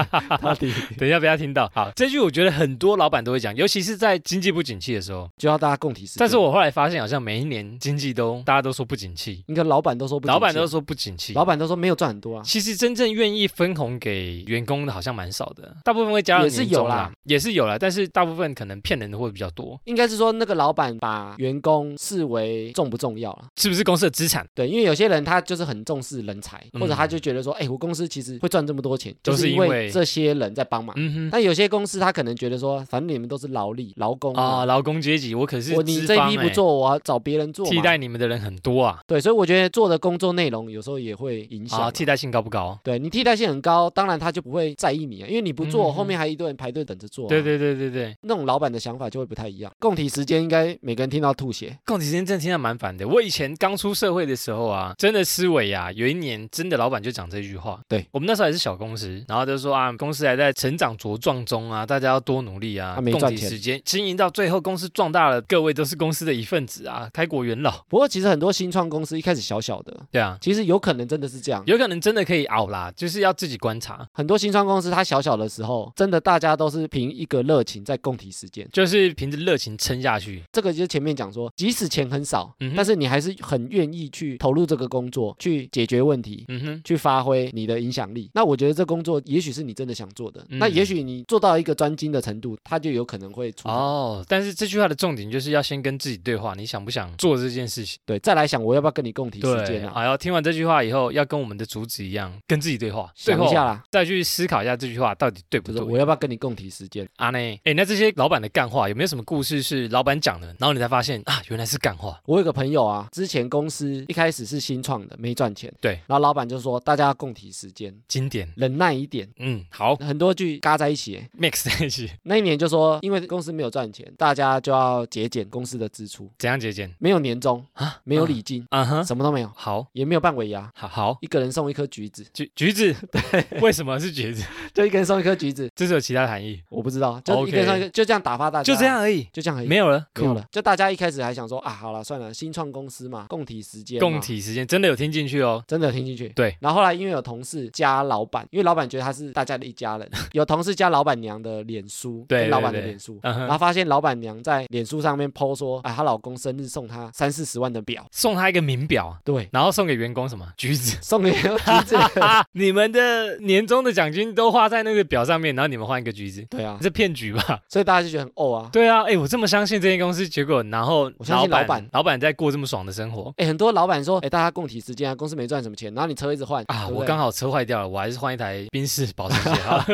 到 底
等一下被他听到。好，这句我觉得很多老板都会讲，尤其是在经济不景气的时候。
就要大家共体时间。
但是我后来发现，好像每一年经济都大家都说不景气，
你看老板都说不景气，
老板都说不景气，
老板都说没有赚很多啊，
其实真正愿意分红给员工的，好像蛮少的，大部分会加上
也是
年终
有啦，
也是有啦，但是大部分可能骗人的会比较多，
应该是说那个老板把员工视为重不重要了。
是不是公司的资产
对，因为有些人他就是很重视人才，或者他就觉得说，哎、我公司其实会赚这么多钱，
嗯都
就是
因
因
为
为这些人在帮忙。
嗯哼。
但有些公司他可能觉得说，反正你们都是劳力、劳工
啊、
啊，
劳工阶级，我可是
我你
资
这一
方
批不
欸，
做，我要找别人做嘛
替代。你们的人很多啊，
对，所以我觉得做的工作内容有时候也会影响
啊，
嘛。
替代性高不高？
对你替代性很高，当然他就不会在意你啊，因为你不做，
嗯
后面还一堆人排队等着做、啊
对，对对对对，
那种老板的想法就会不太一样。供体时间应该每个人听到吐血，
共体时间真的听到蛮烦的。我以前刚出社会的时候啊，真的思维啊，有一年真的老板就讲这句话。
对
我们那时候还是小公司，然后就说啊，公司还在成长茁壮中啊，大家要多努力啊，
啊没
共
赚
体
钱
时间经营到最后，公司壮大了，各位都是公司的一份子啊，开国元老。
不过其实很多新创公司一开始小小的，
对啊，
其实有可能真的是这样。
有可能真的可以熬啦，就是要自己观察。
很多新创公司，它小小的时候，真的大家都是凭一个热情在供体时间。
就是凭着热情撑下去，
这个就是前面讲说，即使钱很少，
嗯哼
但是你还是很愿意去投入这个工作，去解决问题。
嗯哼，
去发挥你的影响力，那我觉得这工作也许是你真的想做的，
嗯
那也许你做到一个专精的程度，它就有可能会出头。
哦，但是这句话的重点就是要先跟自己对话，你想不想做这件事情？
对，再来想我要不要跟你共体时
对，
间啊？
哎呀，听完这句话以后，要跟我们的主旨一样，跟自己对话，最
想一
后
下啦，
再去思考一下这句话到底对不
就是
对。
我要不要跟你共体时间？
啊呢，哎，那这些老板的干话有没有什么故事是老板讲的，然后你才发现啊，原来是干话？
我有个朋友啊，之前公司一开始是新创的，没赚钱，
对
然后老板就说大家要共体时间，
经典，
忍耐一点，
嗯，好
很多句嘎在一起欸、
，mix 在一起，
那一年就说，因为公司没有赚钱，大家就要节俭公司的支出，
怎样节俭
没有年终，
啊？
没有礼金，
嗯，嗯哼，
什么都没有，
好，
也没有办尾牙。
好，好，
一个人送一颗橘子，
橘橘子， 对，为什么是橘子？
就一个人送一颗橘子，
这是有其他的含义，
我不知道，就一个人送一颗就这样打发大家，
就这，样而已，
就这样而已，
没有了，
没有
酷。
了。就大家一开始还想说啊，好了，算了，新创公司嘛，共体时间嘛，
共体时间真的有听进去哦，
真的有听进去。
对，
然后后来因为有同事加老板，因为老板觉得他是大家的一 家人，有同事加老板娘的脸书，
对
跟老板的
对对
脸书，
嗯
然
哼，
后发现老板娘在脸书上面 PO 说，啊，她老公生日送她三四十万的表，
送他一个名表，
对，
然后送给员工什么橘子。
送给橘子，
啊！你们的年终的奖金都花在那个表上面，然后你们换一个橘子，
对啊，
这骗局吧？
所以大家就觉得很哦啊。
对啊，哎，我这么相信这间公司，结果然后
我相信
老
老板
老板在过这么爽的生活
哎，很多老板说，哎，大家共体时间啊，公司没赚什么钱，然后你车一直换
啊！
对不
我
对
刚好车坏掉了，我还是换一台宾士保时捷 啊！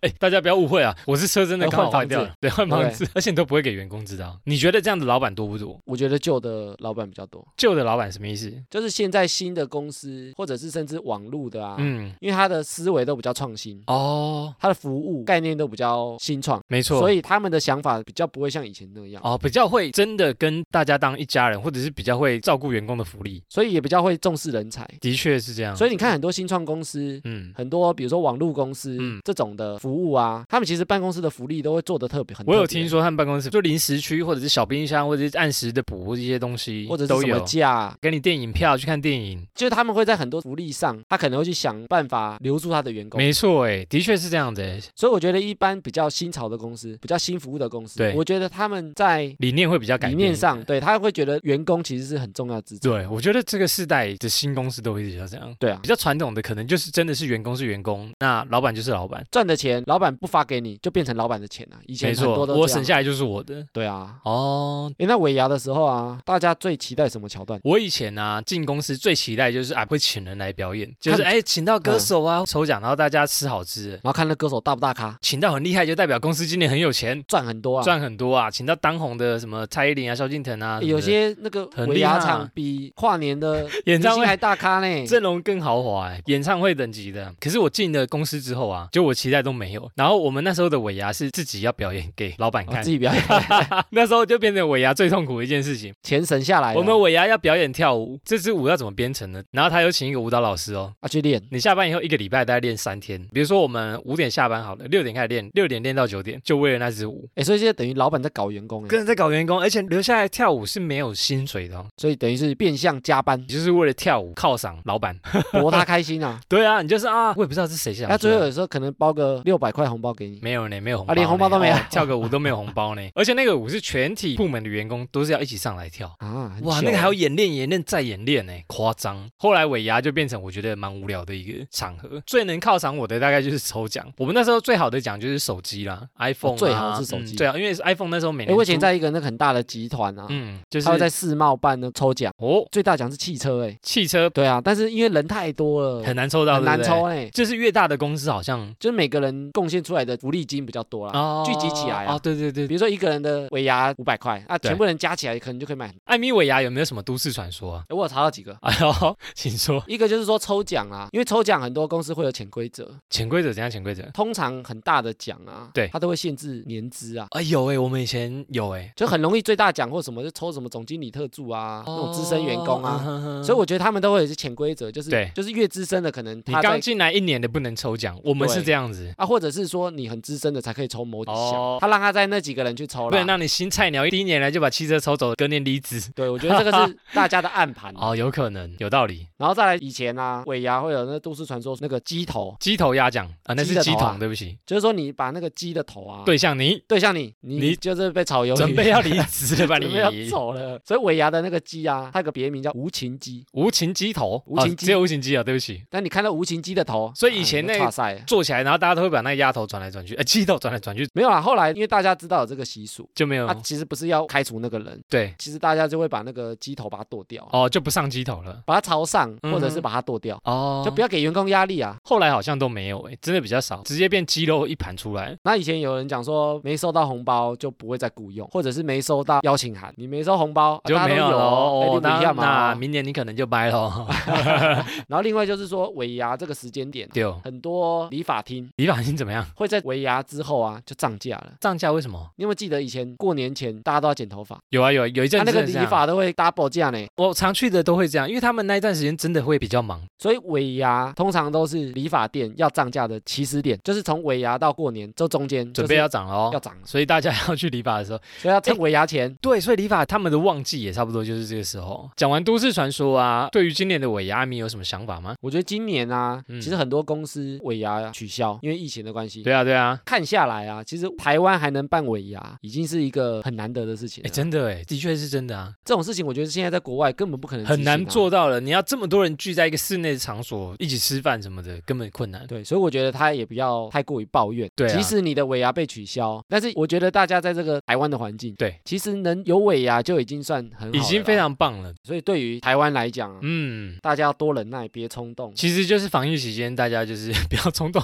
哎，大家不要误会啊，我是车真的
还
刚好
换
坏
房子
掉了，对，换房子， 而且你都不会给员工知道。你觉得这样的老板多不多？
我觉得旧的老板比较多，
旧的老板什么意思？
就是现在新的公司或者是甚至网络的啊，
嗯，
因为他的思维都比较创新，
哦，
他的服务概念都比较新创。
没错，
所以他们的想法比较不会像以前那样，
哦，比较会真的跟大家当一家人，或者是比较会照顾员工的福利，
所以也比较会重视人才。
的确是这样。
所
以，
以你看很多新创公司。
嗯，
很多，比如说网络公司、
嗯
这种的服务啊，他们其实办公室的福利都会做得特别很特
我
别。
有听说他们办公室就零食区，或者是小冰箱，或者是按时的补这些东西，
或者是
都
什么
有
假，
给你电影票去看电影。
就是他们会在很很多福利上，他可能会去想办法留住他的员工。
没错，哎，的确是这样的欸，
所以我觉得一般比较新潮的公司，比较新服务的公司
对，
我觉得他们在
理念会比较改
理
变。
念上，对他会觉得员工其实是很重要的资产。
对我觉得这个世代的新公司都会比较这样。
对啊
比，较传统的可能就是真的是员工是员工，那老板就是老板。
赚的钱老板不发给你，就变成老板的钱啊了、以前
没
很
错，
多都这
我
样
省。下来就是我的。
对啊。
哦，
诶，那尾牙的时候啊，大家最期待什么桥段？
我以前啊进公司最期待就是啊会请人来表演，就是
看嗯
哎请到歌手啊抽奖，然后大家吃好吃的，
然后看那歌手大不大咖，
请到很厉害就代表公司今年很有钱，
赚很多啊。
赚很多啊，请到当红的什么蔡依林啊、萧敬腾啊，
诶欸有
什么
些那个
很
尾
厉害
牙
啊
场比跨年的
的 演
明
唱
星
会
还大咖 呢。
阵容更豪华、欸，演唱会等级的。可是我进了公司之后啊，就我期待都没有。然后我们那时候的尾牙是自己要表演给老板
我
看
哦自，己表演，
那时候就变成尾牙最痛苦的一件事情。
钱省下来了，
我们尾牙要表演跳舞，这支舞要怎么编成呢？然后他有请一个舞蹈老师哦。
啊去练，
你下班以后一个礼拜大概练三天，比如说我们五点下班好了，六点开始练，六点练到九点，就为了那支舞，
哎，所以现在等于老板在搞员工诶，
跟人在搞员工，而且留下来跳舞是没有薪水的、哦，
所以等于是变相加班
你，就是为了跳舞犒赏老板。
博他开心 啊。
对啊，你就是啊，我也不知道是谁想出来的。
那最后有时候可能包个六百块红包给你，
没有呢，没有红包呢，
啊连红包都没有
哦跳个舞都没有红 包呢。而且那个舞是全体部门的员工都是要一起上来跳。
啊，很
哇，
糗
那个还
欸
要演练、演练再演练呢，夸张。后来尾牙就变成我觉得蛮无聊的一个场合，最能犒赏我的大概就是抽奖。我们那时候最好的奖就是手机啦，iPhone，、啊
最好是手机
嗯对啊，因为 iPhone 那时候每
哎，
年
我以前
出，
在一个那个很大的集团啊，
嗯，就是
他会在世贸办那抽奖，
哦，
最大奖是汽车哎、
汽车
对啊，但是因为人太多了，
很难抽到，
很难
对不对
抽哎、
就是越大的公司好像
就是每个人贡献出来的福利金比较多啦。
哦
聚集起来啊
哦，对对对
比。如说一个人的尾牙五百块，啊，
对
全部人加起来可能就可以买。哎
艾米尾牙有没有什么都市传说啊？
我有查到几个，
哎呦，请说。
一个就是说抽奖啊，因为抽奖很多公司会有潜规则，
潜规则怎样？潜规则？
通常很大的奖啊，
对
它都会限制年资啊。
啊，有哎、我们以前有哎、
就很容易最大奖或什么就抽什么总经理特助啊，
哦
那种资深员工
哦嗯
啊，
哼哼
所以我觉得他们都会有一些潜规则，就是
对
就是越资深的可能
你
他在
刚进来一年的不能抽奖，我们
对
是这样子，
啊，或者是说你很资深的才可以抽某几项，
哦
他让他在那几个人去抽
不能
啦。
让你新菜鸟第一年来就把汽车抽走，隔年离职。
对，我觉得这个是大家的暗盘。啊
哦，有可能，有道理。
然后再来以前啊，尾牙会有那都市传说那个鸡头，
鸡头鸭奖啊，那是
鸡
鸡
的头啊
桶，对不起，
就是说你把那个鸡的头啊，
对象你
对向你，你
你
就是被炒鱿鱼，
准备要离职了吧
准备要
你？
走了。所以尾牙的那个鸡啊，它有个别名叫无情鸡，
无情鸡头，
无情
哦
鸡
只有无情鸡啊，对不起。
但你看到无情鸡的头，
所以以前
啊你
那
就哇塞。
坐起来，然后大家都会把那个鸭头转来转去，呃，鸡头转来转去
没有啦，后来因为大家知道有这个习俗，
就没有
他、其实不是要开除那个人，
对
其实大家就会把那个鸡头把它剁掉，
哦，就不上鸡头了
把它朝上，
嗯哼
或者是把它剁掉，
哦
就不要给员工压力啊。
后来好像都没有哎、真的比较少，直接变鸡肉一盘出来。
那以前有人讲说，没收到红包就不会再雇佣，或者是没收到邀请函，你没收红包、啊、
就
大家
没
都
有
有
了
哎
哦
你，不
那
一样
那
嘛。
明年你可能就掰哦 喽。
然后另外就是说尾牙这个时间点啊、
对哦，
很多理发厅
理发厅怎么样？
会在尾牙之后啊就涨价了。
涨价为什么？
你有没有记得以前过年前大家都要剪头发，
有啊有啊，有一
他、
阵子
那个
真的
理
这样
发都会 double 价呢？
我常去的都会这样，因为他们那一段时间真的会比较忙。
所以尾牙通常都是理发店要涨价的起始点，就是从尾牙到过年这中间
准备
就是
要哎涨了哦，
要涨了，
所以大家 要去理发的时候，
所以要趁尾牙前。
对，所以理发他们的旺季也差不多就是这个时候。讲完都市传说啊，对于今年的尾牙，你有什么想法吗？
我觉得今年啊，
嗯
其实很多公司尾牙取消，因为疫情的关系。
对啊，对啊，
看下来啊，其实台湾还能办尾牙，已经是一个很难得的事情了
哎，。真的哎，的确是真的啊，
这种事情，我觉得现在在国外根本不可能、啊
很难。做到了。你要这么多人聚在一个室内的场所一起吃饭什么的，根本困难。
对，所以我觉得他也不要太过于抱怨。
对啊
即使你的尾牙被取消，但是我觉得大家在这个台湾的环境，
对，
其实能有尾牙就已经算很好了
已
啦，
经非常棒了，
所以对于台湾来讲啊、
嗯。
大家要多忍耐，别冲动。
其实就是防疫期间，大家就是 不要冲动，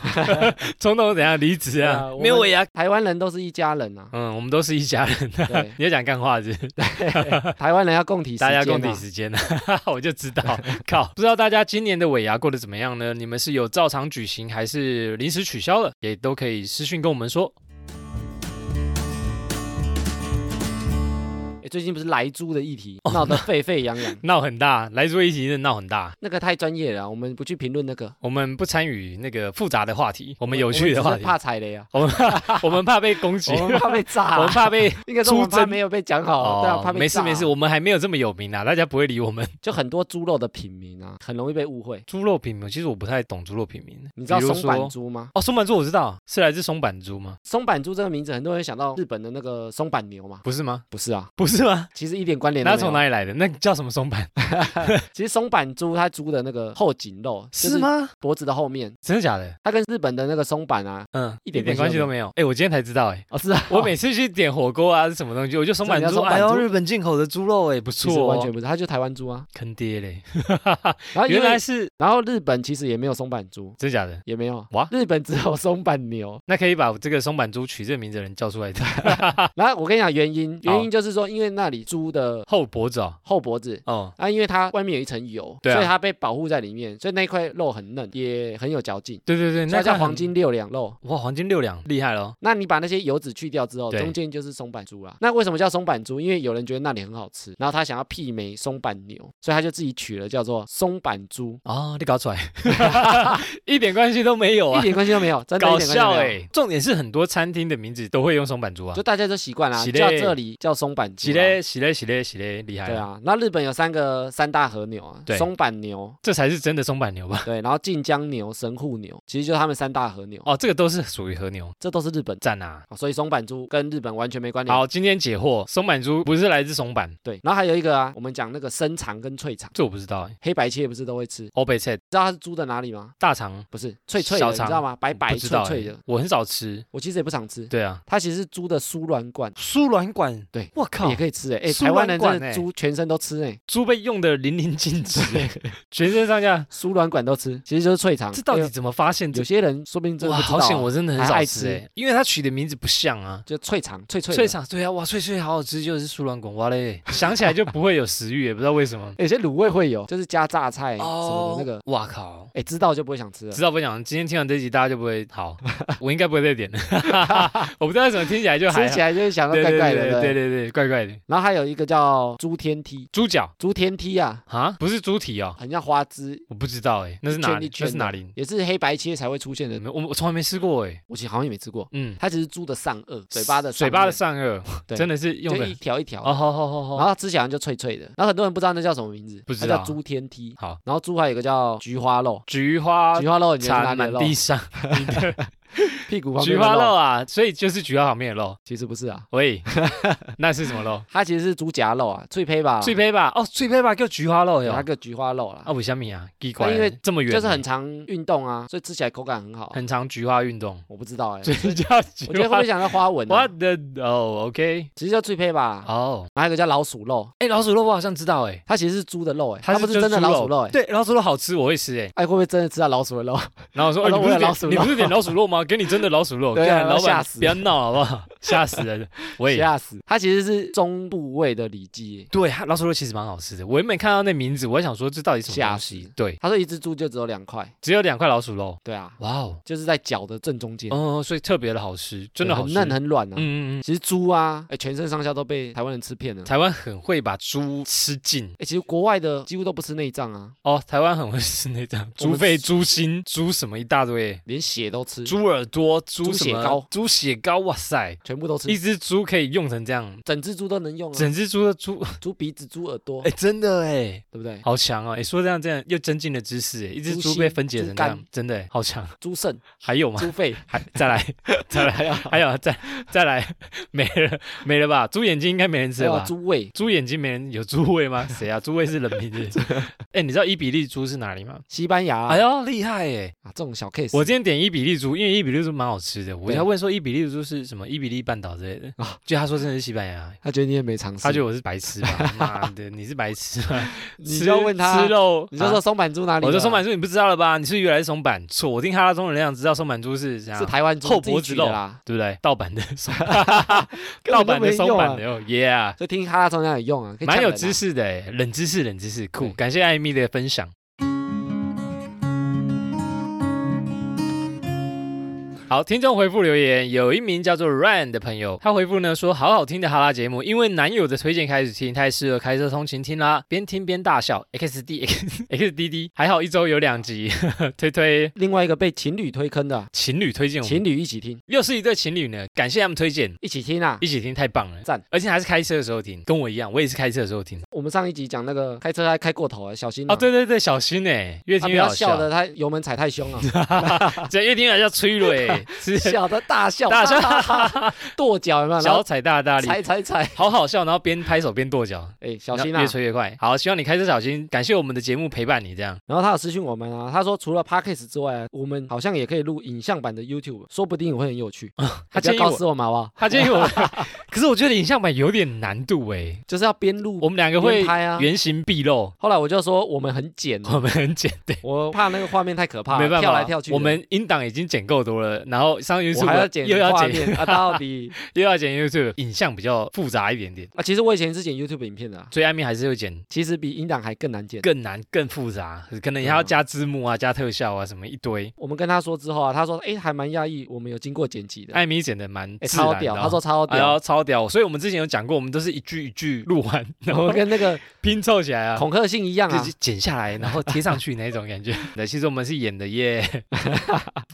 冲动怎样离职
对
啊
啊我？们
没有尾牙，，
台湾人都是一家人啊
嗯，我们都是一家人。
对，
你要讲干话是不是？
台湾人要共体时
大
间、
家
啊，
共体时间啊， 我就知 道。靠，不知道大家今年的尾牙过得怎么样呢？你们是有照常举行，还是临时取消了？也都可以私讯跟我们说。
诶最近不是莱猪的议题
哦，
闹得沸沸扬扬
闹很大，来做一集真的闹很大。
那个太专业了，我们不去评论那个。
我们不参与那个复杂的话题，我
我
们有趣的
们
话
只是
题，
怕踩雷啊，
我们怕 我们怕被攻击，
我们怕被炸、啊
我们怕 被
应该说我们
出征
怕没有被讲好，对啊，怕被
没事
炸
没事，我们还没有这么有名啊，大家不会理我们。
就很多猪肉的品名啊，很容易被误会。
猪肉品名，其实我不太懂猪肉品名，
你知道
比如
松板
说
猪吗？
哦，松板猪我知道，是来自松板猪吗？
松板猪这个名字，很多人想到日本的那个松板牛嘛？
不是吗？
不是啊，
不是吗？
其实一点关联
那
都
从
没有。
哪里来的？那叫什么松板？？
其实松板猪它猪的那个后颈肉，就是
吗？
脖子的后面，
真的假的？
它跟日本的那个松板啊，
嗯，
一点
点
关
关
系
系
都
都没有。哎，我今天才知道，哎，
哦是啊，
我每次去点火锅啊，是什么东西，我就松板
这
猪，
个叫松板
哎
猪
呦，日本进口的猪肉，哎，不
其实
错
完
哦
全，不是，它就台湾猪啊。
坑爹嘞！
然后
啊
因
原来
为
是
然后日本其实也没有松板猪，
真的假的？
也没有
哇
日本只有松板牛。
那可以把这个松板猪取这个名字的人叫出来的 啊
然后我跟你讲原因，原因就是说因为那里猪的
后脖子哦，
后脖子。
哦，
啊，因为它外面有一层油，
对啊
所以它被保护在里面，所以那块肉很嫩，也很有嚼劲，
对对对，
所以它
那
叫
看
黄
很
金六两肉。
哇，黄金六两厉害喽！
那你把那些油脂去掉之后，
对
中间就是松板猪啦。那为什么叫松板猪？因为有人觉得那里很好吃，然后他想要媲美松板牛，所以他就自己取了叫做松板猪，
哦，你搞出来， 一点关系都没有
一
啊，
点关系都没有，真的一
搞
点关系都
笑
没有。
哎！重点是很多餐厅的名字都会用松板猪啊
就，大家都习惯啦，
是嘞
叫这里叫松板猪
洗
啦。
嘞洗嘞洗嘞洗嘞，厉害！
对，啊，那日本有三个三大和牛啊，
对
松板牛，
这才是真的松板牛吧？
对，然后近江牛、神户牛，其实就是他们三大和牛，
哦，这个都是属于和牛，
这都是日本
赞啊！
啊，所以松板猪跟日本完全没关联。
好，今天解惑，松板猪不是来自松板，
对，然后还有一个啊，我们讲那个生肠跟脆肠，
这我不知道哎。
黑白切不是都会吃？你
欧贝菜
知道它是猪的哪里吗？
大肠
不是脆脆的，
小
你知
肠
道吗？白白
不知道
脆
哎
脆的，
我很少吃。
我其实也不常吃。
对啊，
它其实是猪的输卵管，
输卵管，
对
我靠
也，可以吃哎、欸
哦输
台湾
卵
人
管
真的
欸
猪全身都吃哎、欸，
猪被用的淋漓尽致欸， 全身上 下，
输卵管都吃，其实就是脆肠。
这到
哎
底
呦
怎么发现这
有些人说不定真的
哇，
不知道
好
啊、
险！我真的很
还
少
爱
吃
吃
欸，因为它取的名字不像啊。
就脆肠脆脆的
脆。肠对啊，哇，脆脆好好吃，就是输卵管哇嘞， 想起来就不会有食欲，也不知道为什么。
欸有些卤味会有，就是加榨菜什么的那个，哎、
哇靠！
知道就不会想吃了
哦知。道不讲，今天听完这集大家就不会好，我应该不会再点 的。我不知道为什么听起来就还
吃起来就是想到
对
怪
对
怪的，
对
不
对对对，怪怪的。
然后还有一个叫猪天梯，
猪脚
猪天梯啊，
啊，不是猪蹄哦，
很像花枝，
我不知道哎，那是
一
哪
圈一
里？
圈
那
的
是哪里？
也是黑白切才会出现的。
我我从来没吃过哎。
我其实好像也没吃过，
嗯，
它只是猪的上颚，嘴巴的上
嘴巴的
颚
上颚，
对
真的是用
就
的
一条一条的
哦，好好好
然
好，
后吃起来就脆脆的。然后很多人不知道那叫什么名字，
不知
它叫
道
猪天梯。
好，
然后猪还有一个叫菊花肉，
菊花
菊花肉你觉得是哪
插
里的
满
肉？
地上。
屁股旁边
菊
的
花
肉
肉啊，所以就是菊花旁边的肉。
其实不是啊，
喂，那是什么肉？
它其实是猪夹肉啊，脆胚吧？
脆哦胚吧？哦，脆胚吧叫菊花肉
有它
哟。
个菊花肉啦
啊，，为什么啊？奇怪，
因为
这么远，
就是很常运动啊，所以吃起来口感很好啊。
很常菊花运动，
我不知道哎、
所 以叫菊
我觉得会不
花
会。想到花纹、啊
What？the 哦，OK，
其实叫脆胚吧，
哦，
然后还有一个叫老鼠肉，
哎，老鼠肉我好像知道，哎，
它其实是猪的肉哎、它
它
不是真的
就是
老鼠肉哎、
对，老鼠肉好吃，我会吃哎。
哎，会不会真的吃到老鼠的肉？
然后我说，
我
哎，
说
你不
我有
是
啊老鼠肉
点你不是点老鼠肉 吗？给你真的老鼠肉，
对啊
干老
吓
板
死
不要闹好不好？ 吓死人了。喂，
吓死！它其实是中部位的里脊、
对，它老鼠肉其实蛮好吃的。我原本看到那名字，我还想说这到底什么
吓
东
死
西？对，
他说一只猪就只有两块，
只有两块老鼠肉。
对啊，
哇哦，
就是在脚的正中间，
哦，所以特别的好吃，真的
对
好
很
吃。
嫩很软啊。
嗯嗯嗯，
其实猪啊，哎，全身上下都被台湾人吃遍了。
台湾很会把猪吃尽
哎，其实国外的几乎都不吃内脏啊，
哦，台湾很会吃那张
我们
猪肺、猪心、猪什么一大堆，
连血都吃，
猪耳朵、猪
猪
什
血
么
糕
猪血糕，哇塞！
全部都吃
一，只猪可以用成这样，
整只猪都能用啊，
整只猪的猪，
猪鼻子、猪耳朵
哎，，真的哎，
对不对？
好强哦！哎，说这样这样又增进了知识，哎，一只
猪
猪
心
被分解成这
猪
样，真的哎好强。
猪肾、
还有吗？
猪 肺，
还再来，再来，
啊
还有再再来，没了没了吧？猪眼睛应该没人吃
还
了
有
吧？
猪胃。
猪眼睛没人有猪味 吗？谁啊？猪味是人名字。 哎、你知道伊比利猪是哪里吗？
西班牙啊
哎，呦，厉害耶！
啊这种小 case，
我今天点伊比利猪，因为伊比利猪蛮好吃的。我
对
要问说伊比利猪是什么？伊比利半岛之类的
啊
就他说真的是西班牙，
他觉得你也没尝试，
他觉得我是白痴 吧？妈的，你是白痴吗？
你
吃
就问他
吃，肉，
你就说
啊
松板猪哪里的？
我说松板猪你不知道了吧？你是原来是松板，错，我听哈拉中人那样知道松板猪是这样
是。台湾猪
厚
自己
脖子
取的
肉
啦，
对不对？盗版的 松，
根
盗
本都
版
没
的松
用
板
啊
的。哦，Yeah，
所以听哈拉中那有用啊，可以
蛮
呛
有
人啊
知识的耶，冷知识，冷知识，酷！
对
感谢艾米的分享。好，听众回复留言，有一名叫做 Ryan 的朋友，他回复呢说：“好好听的哈拉节目，因为男友的推荐开始听，太适合开车通勤听啦，边听边大笑。XD X XDD，还好一周有两集， 推推
另外一个被情侣推坑的啊，
情侣推荐我们，
情侣一起听，
又是一对情侣呢，感谢他们推荐，
一起听啊。
一起听太棒了，
赞！
而且还是开车的时候听，跟我一样，我也是开车的时候听。
我们上一集讲那个开车还开过头啊，小心啊
哦，对对对，小心哎，越
他
听
不
越
要
好
笑 的，他油门踩太 凶了，啊
这越听越要吹了 哎，是
笑的大笑，
大笑
哈哈哈， 跺脚有没有？然
小
后
踩大大力，
踩踩踩，
好好笑，然后边拍手边跺脚。”
哎，小心
然后
啊
越！吹越快。好，希望你开车小心。感谢我们的节目陪伴你，这样
然后他有私讯我们啊，他说除了 podcast 之外，我们好像也可以录影像版的 YouTube，说不定也会很有趣。
啊他
不要
建议
告
我，
诉我们好不好？
他建议我， 可是我觉得影像版有点难度哎，
就是要边录
我们两个会
边拍啊。
原形毕露，
后来我就说我们很简，
我们很简单，
我怕那个画面太可怕，
没办法，
跳来跳去的。
我们音档已经剪够多了，然后上 YouTube
我还要剪
又要
画
剪
面啊，到底
又要剪 YouTube，影像比较复杂一点点，
啊，其实我以前是剪 YouTube 影片的啊，
最爱面还是会剪。
其实比音档还更难剪。
更难、更复杂，可能还要加字幕啊、加特效啊，什么一堆。
我们跟他说之后啊，他说哎还蛮讶异，我们有经过剪辑的，
艾米剪的蛮
哎
自然的哦、
超屌，他说超
哎呦
屌，
超屌。所以我们之前有讲过，我们都是一句一句录 完，然
我
后
们跟那个
拼凑起来啊，
恐吓信一样啊
就是，剪下来然后贴上去那一种 感觉。对，其实我们是演的耶，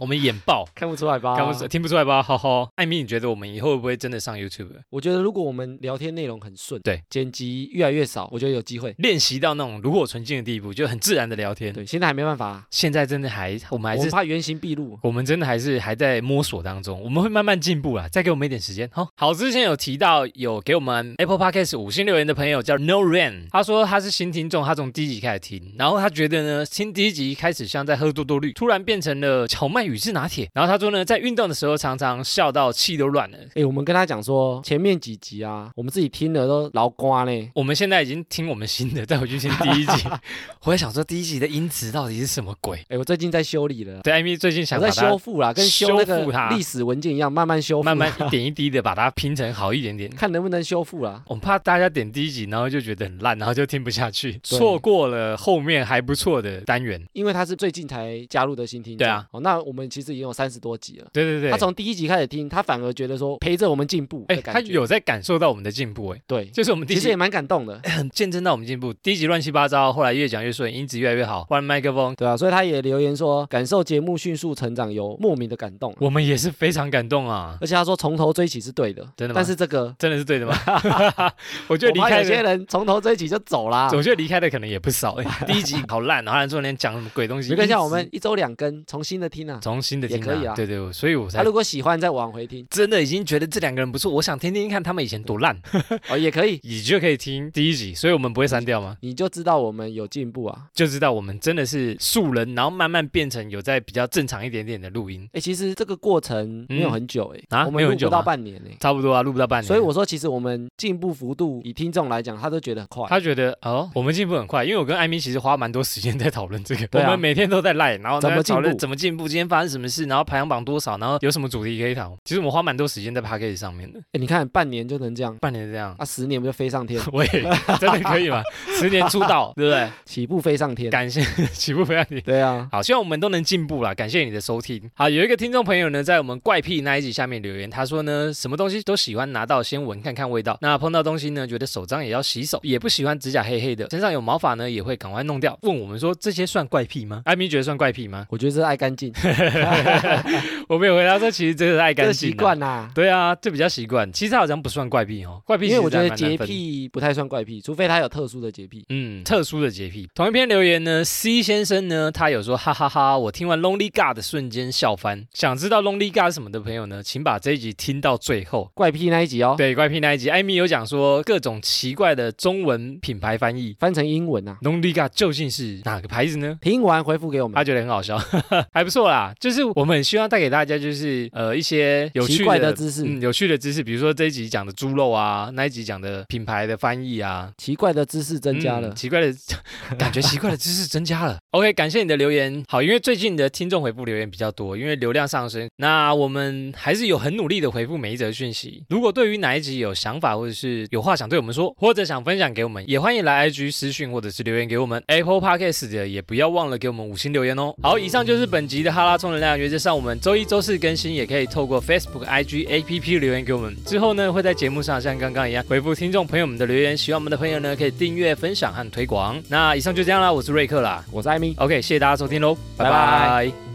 我们演爆，
看不出来吧？
看不出听不出来吧？哈哈，艾米，你觉得我们以后会不会真的上 YouTube
我觉得如果我们聊天内容很顺，
对，
剪辑越来越少，我觉得有机会。
练习到那种炉火纯青的地步，就很自然的聊天？
对，现在还没办法啊，
现在真的还，我们还
我们
是。
怕原形毕露。
我们真的还是还在摸索当中，我们会慢慢进步啦，再给我们一点时间。好、好，之前有提到有给我们 Apple Podcast 五星留言的朋友叫 No Rain，他说他是新听众，他从第一集开始听，然后他觉得呢，听第一集开始像在喝多多绿，突然变成了荞麦宇治拿铁。然后他说呢，在运动的时候常常笑到气都乱了。
哎，我们跟他讲说，前面几集啊，我们自己听了都老瓜呢。
我们现在已经听我们新的，再回去听第 一集， 我在想说第一集的音质到底是什么鬼？
哎，我最近在修理了，
对，艾米最近想
我
把
在
它
修复啦，跟修
修
那
复
个
它
历史文件一样，慢慢修复，
慢慢一点一滴的把它拼成好一点点。
看能不能修复啦。
我们怕大家点第一集，然后就觉得很烂，然后就听不下去，错过了后面还不错的单元。
因为他是最近才加入的新听众，
对啊，
哦，那我们其实已经有三十多集了。
对对对，
他从第一集开始听，他反而觉得说陪着我们进步
哎、
的感觉，
他有在感受到我们的进步、哎，
对，
就是我们第
其
一
实也
集
蛮感动的，
很见证到我们进步。第一集乱七八糟，后来越讲越顺，音质越来越好，换麦克风，
对啊，所以他也留言说感受节目迅速成长有莫名的感动，
我们也是非常感动啊！
而且他说从头追起是对的，
真的吗
但是这个
真的是对的吗？ 我觉得
我
离
怕
开
有
的，
些人从头追起就走啦。
我觉得离开的可能也不少。哎，第一集好烂，然后还说连讲什么鬼东西，
没关系啊，我们一周两更，重新的听啊。
从新的听、
也可以啊
对对，所以我
他、
才
如果喜欢再往回听
真的已经觉得这两个人不错，我想听听看他们以前多烂，
哦，也可以，
你就可以听第一集，所以我们不会删掉吗？
你就知道我们有进步啊。
就知道我们真的是素人，然后慢慢变成有在比较正常一点点的录音，
哎，其实这个过程没有很久哎、
啊
我
没
们
有
录
很久
不到
吗
半年哎、
差不多啊，录不到半年。
所以我说，其实我们进步幅度以听众来讲，他都觉得很快。
他觉得哦，我们进步很快，因为我跟艾米其实花蛮多时间在讨论这个，
对啊
我们每天都在赖，然后
怎么
在讨
进
论
步
怎么进步，今天发生什么事，然后排行榜多少，然后有什么主题可以讨。其实我们花蛮多时间在 p a c k a g e 上面的，
哎，你看半年就能这样，
半年这样。，
啊，十年不就飞上天
我也真的可以吗？十年出 道，对不对？
起步飞上天。
感谢起步非常你。
对啊，
好，希望我们都能进步啦！感谢你的收听。好，有一个听众朋友呢，在我们怪癖那一集下面留言，他说呢，什么东西都喜欢拿到先闻看看味道。那碰到东西呢，觉得手脏也要洗手，也不喜欢指甲黑黑的，身上有毛发呢也会赶快弄掉。问我们说这些算怪癖吗？艾米觉得算怪癖吗？
我觉得这爱干净，
我没有回答说，其实这是爱
这
干
个
净、啊
习。惯啦。
对啊，这比较习惯。其实他好像不算怪癖哦，怪癖
因为
其实
我觉得
还蛮难
洁
分
癖不太算怪癖，除非他有特殊的洁癖。
嗯，特殊的洁癖。同一篇留言呢，C 先生呢，他有说哈哈哈我听完 Lonely God 的瞬间笑翻。想知道 Lonely God 是什么的朋友呢，请把这一集听到最后。
怪癖那一集哦，
对，怪癖那一集，艾米有讲说各种奇怪的中文品牌翻译
翻成英文啊。
，Lonely God 究竟是哪个牌子呢？
听完回复给我们
他，觉得很好笑， 还不错啦。就是我们很希望带给大家，就是呃一些有趣
奇怪的知识
嗯，有趣的知识，比如说这一集讲的猪肉啊，那一集讲的品牌的翻译啊，
奇怪的知识增加了
嗯。奇怪的 感觉，奇怪的知识增 加了。OK，感谢你的留言。好，因为最近的听众回复留言比较多，因为流量上升，那我们还是有很努力的回复每一则讯息。如果对于哪一集有想法，或者是有话想对我们说，或者想分享给我们，也欢迎来 IG 私讯或者是留言给我们。Apple Podcast 的也不要忘了给我们五星留言哦。好，以上就是本集的哈拉充能量，原则上我们周。周一、周四更新，也可以透过 Facebook、IG、APP 留言给我们。之后呢，会在节目上像刚刚一样回复听众朋友们的留言。喜欢我们的朋友呢，可以订阅、分享和推广。那以上就这样啦，我是瑞克啦。
我是艾米。
OK，谢谢大家收听喽，拜拜
拜拜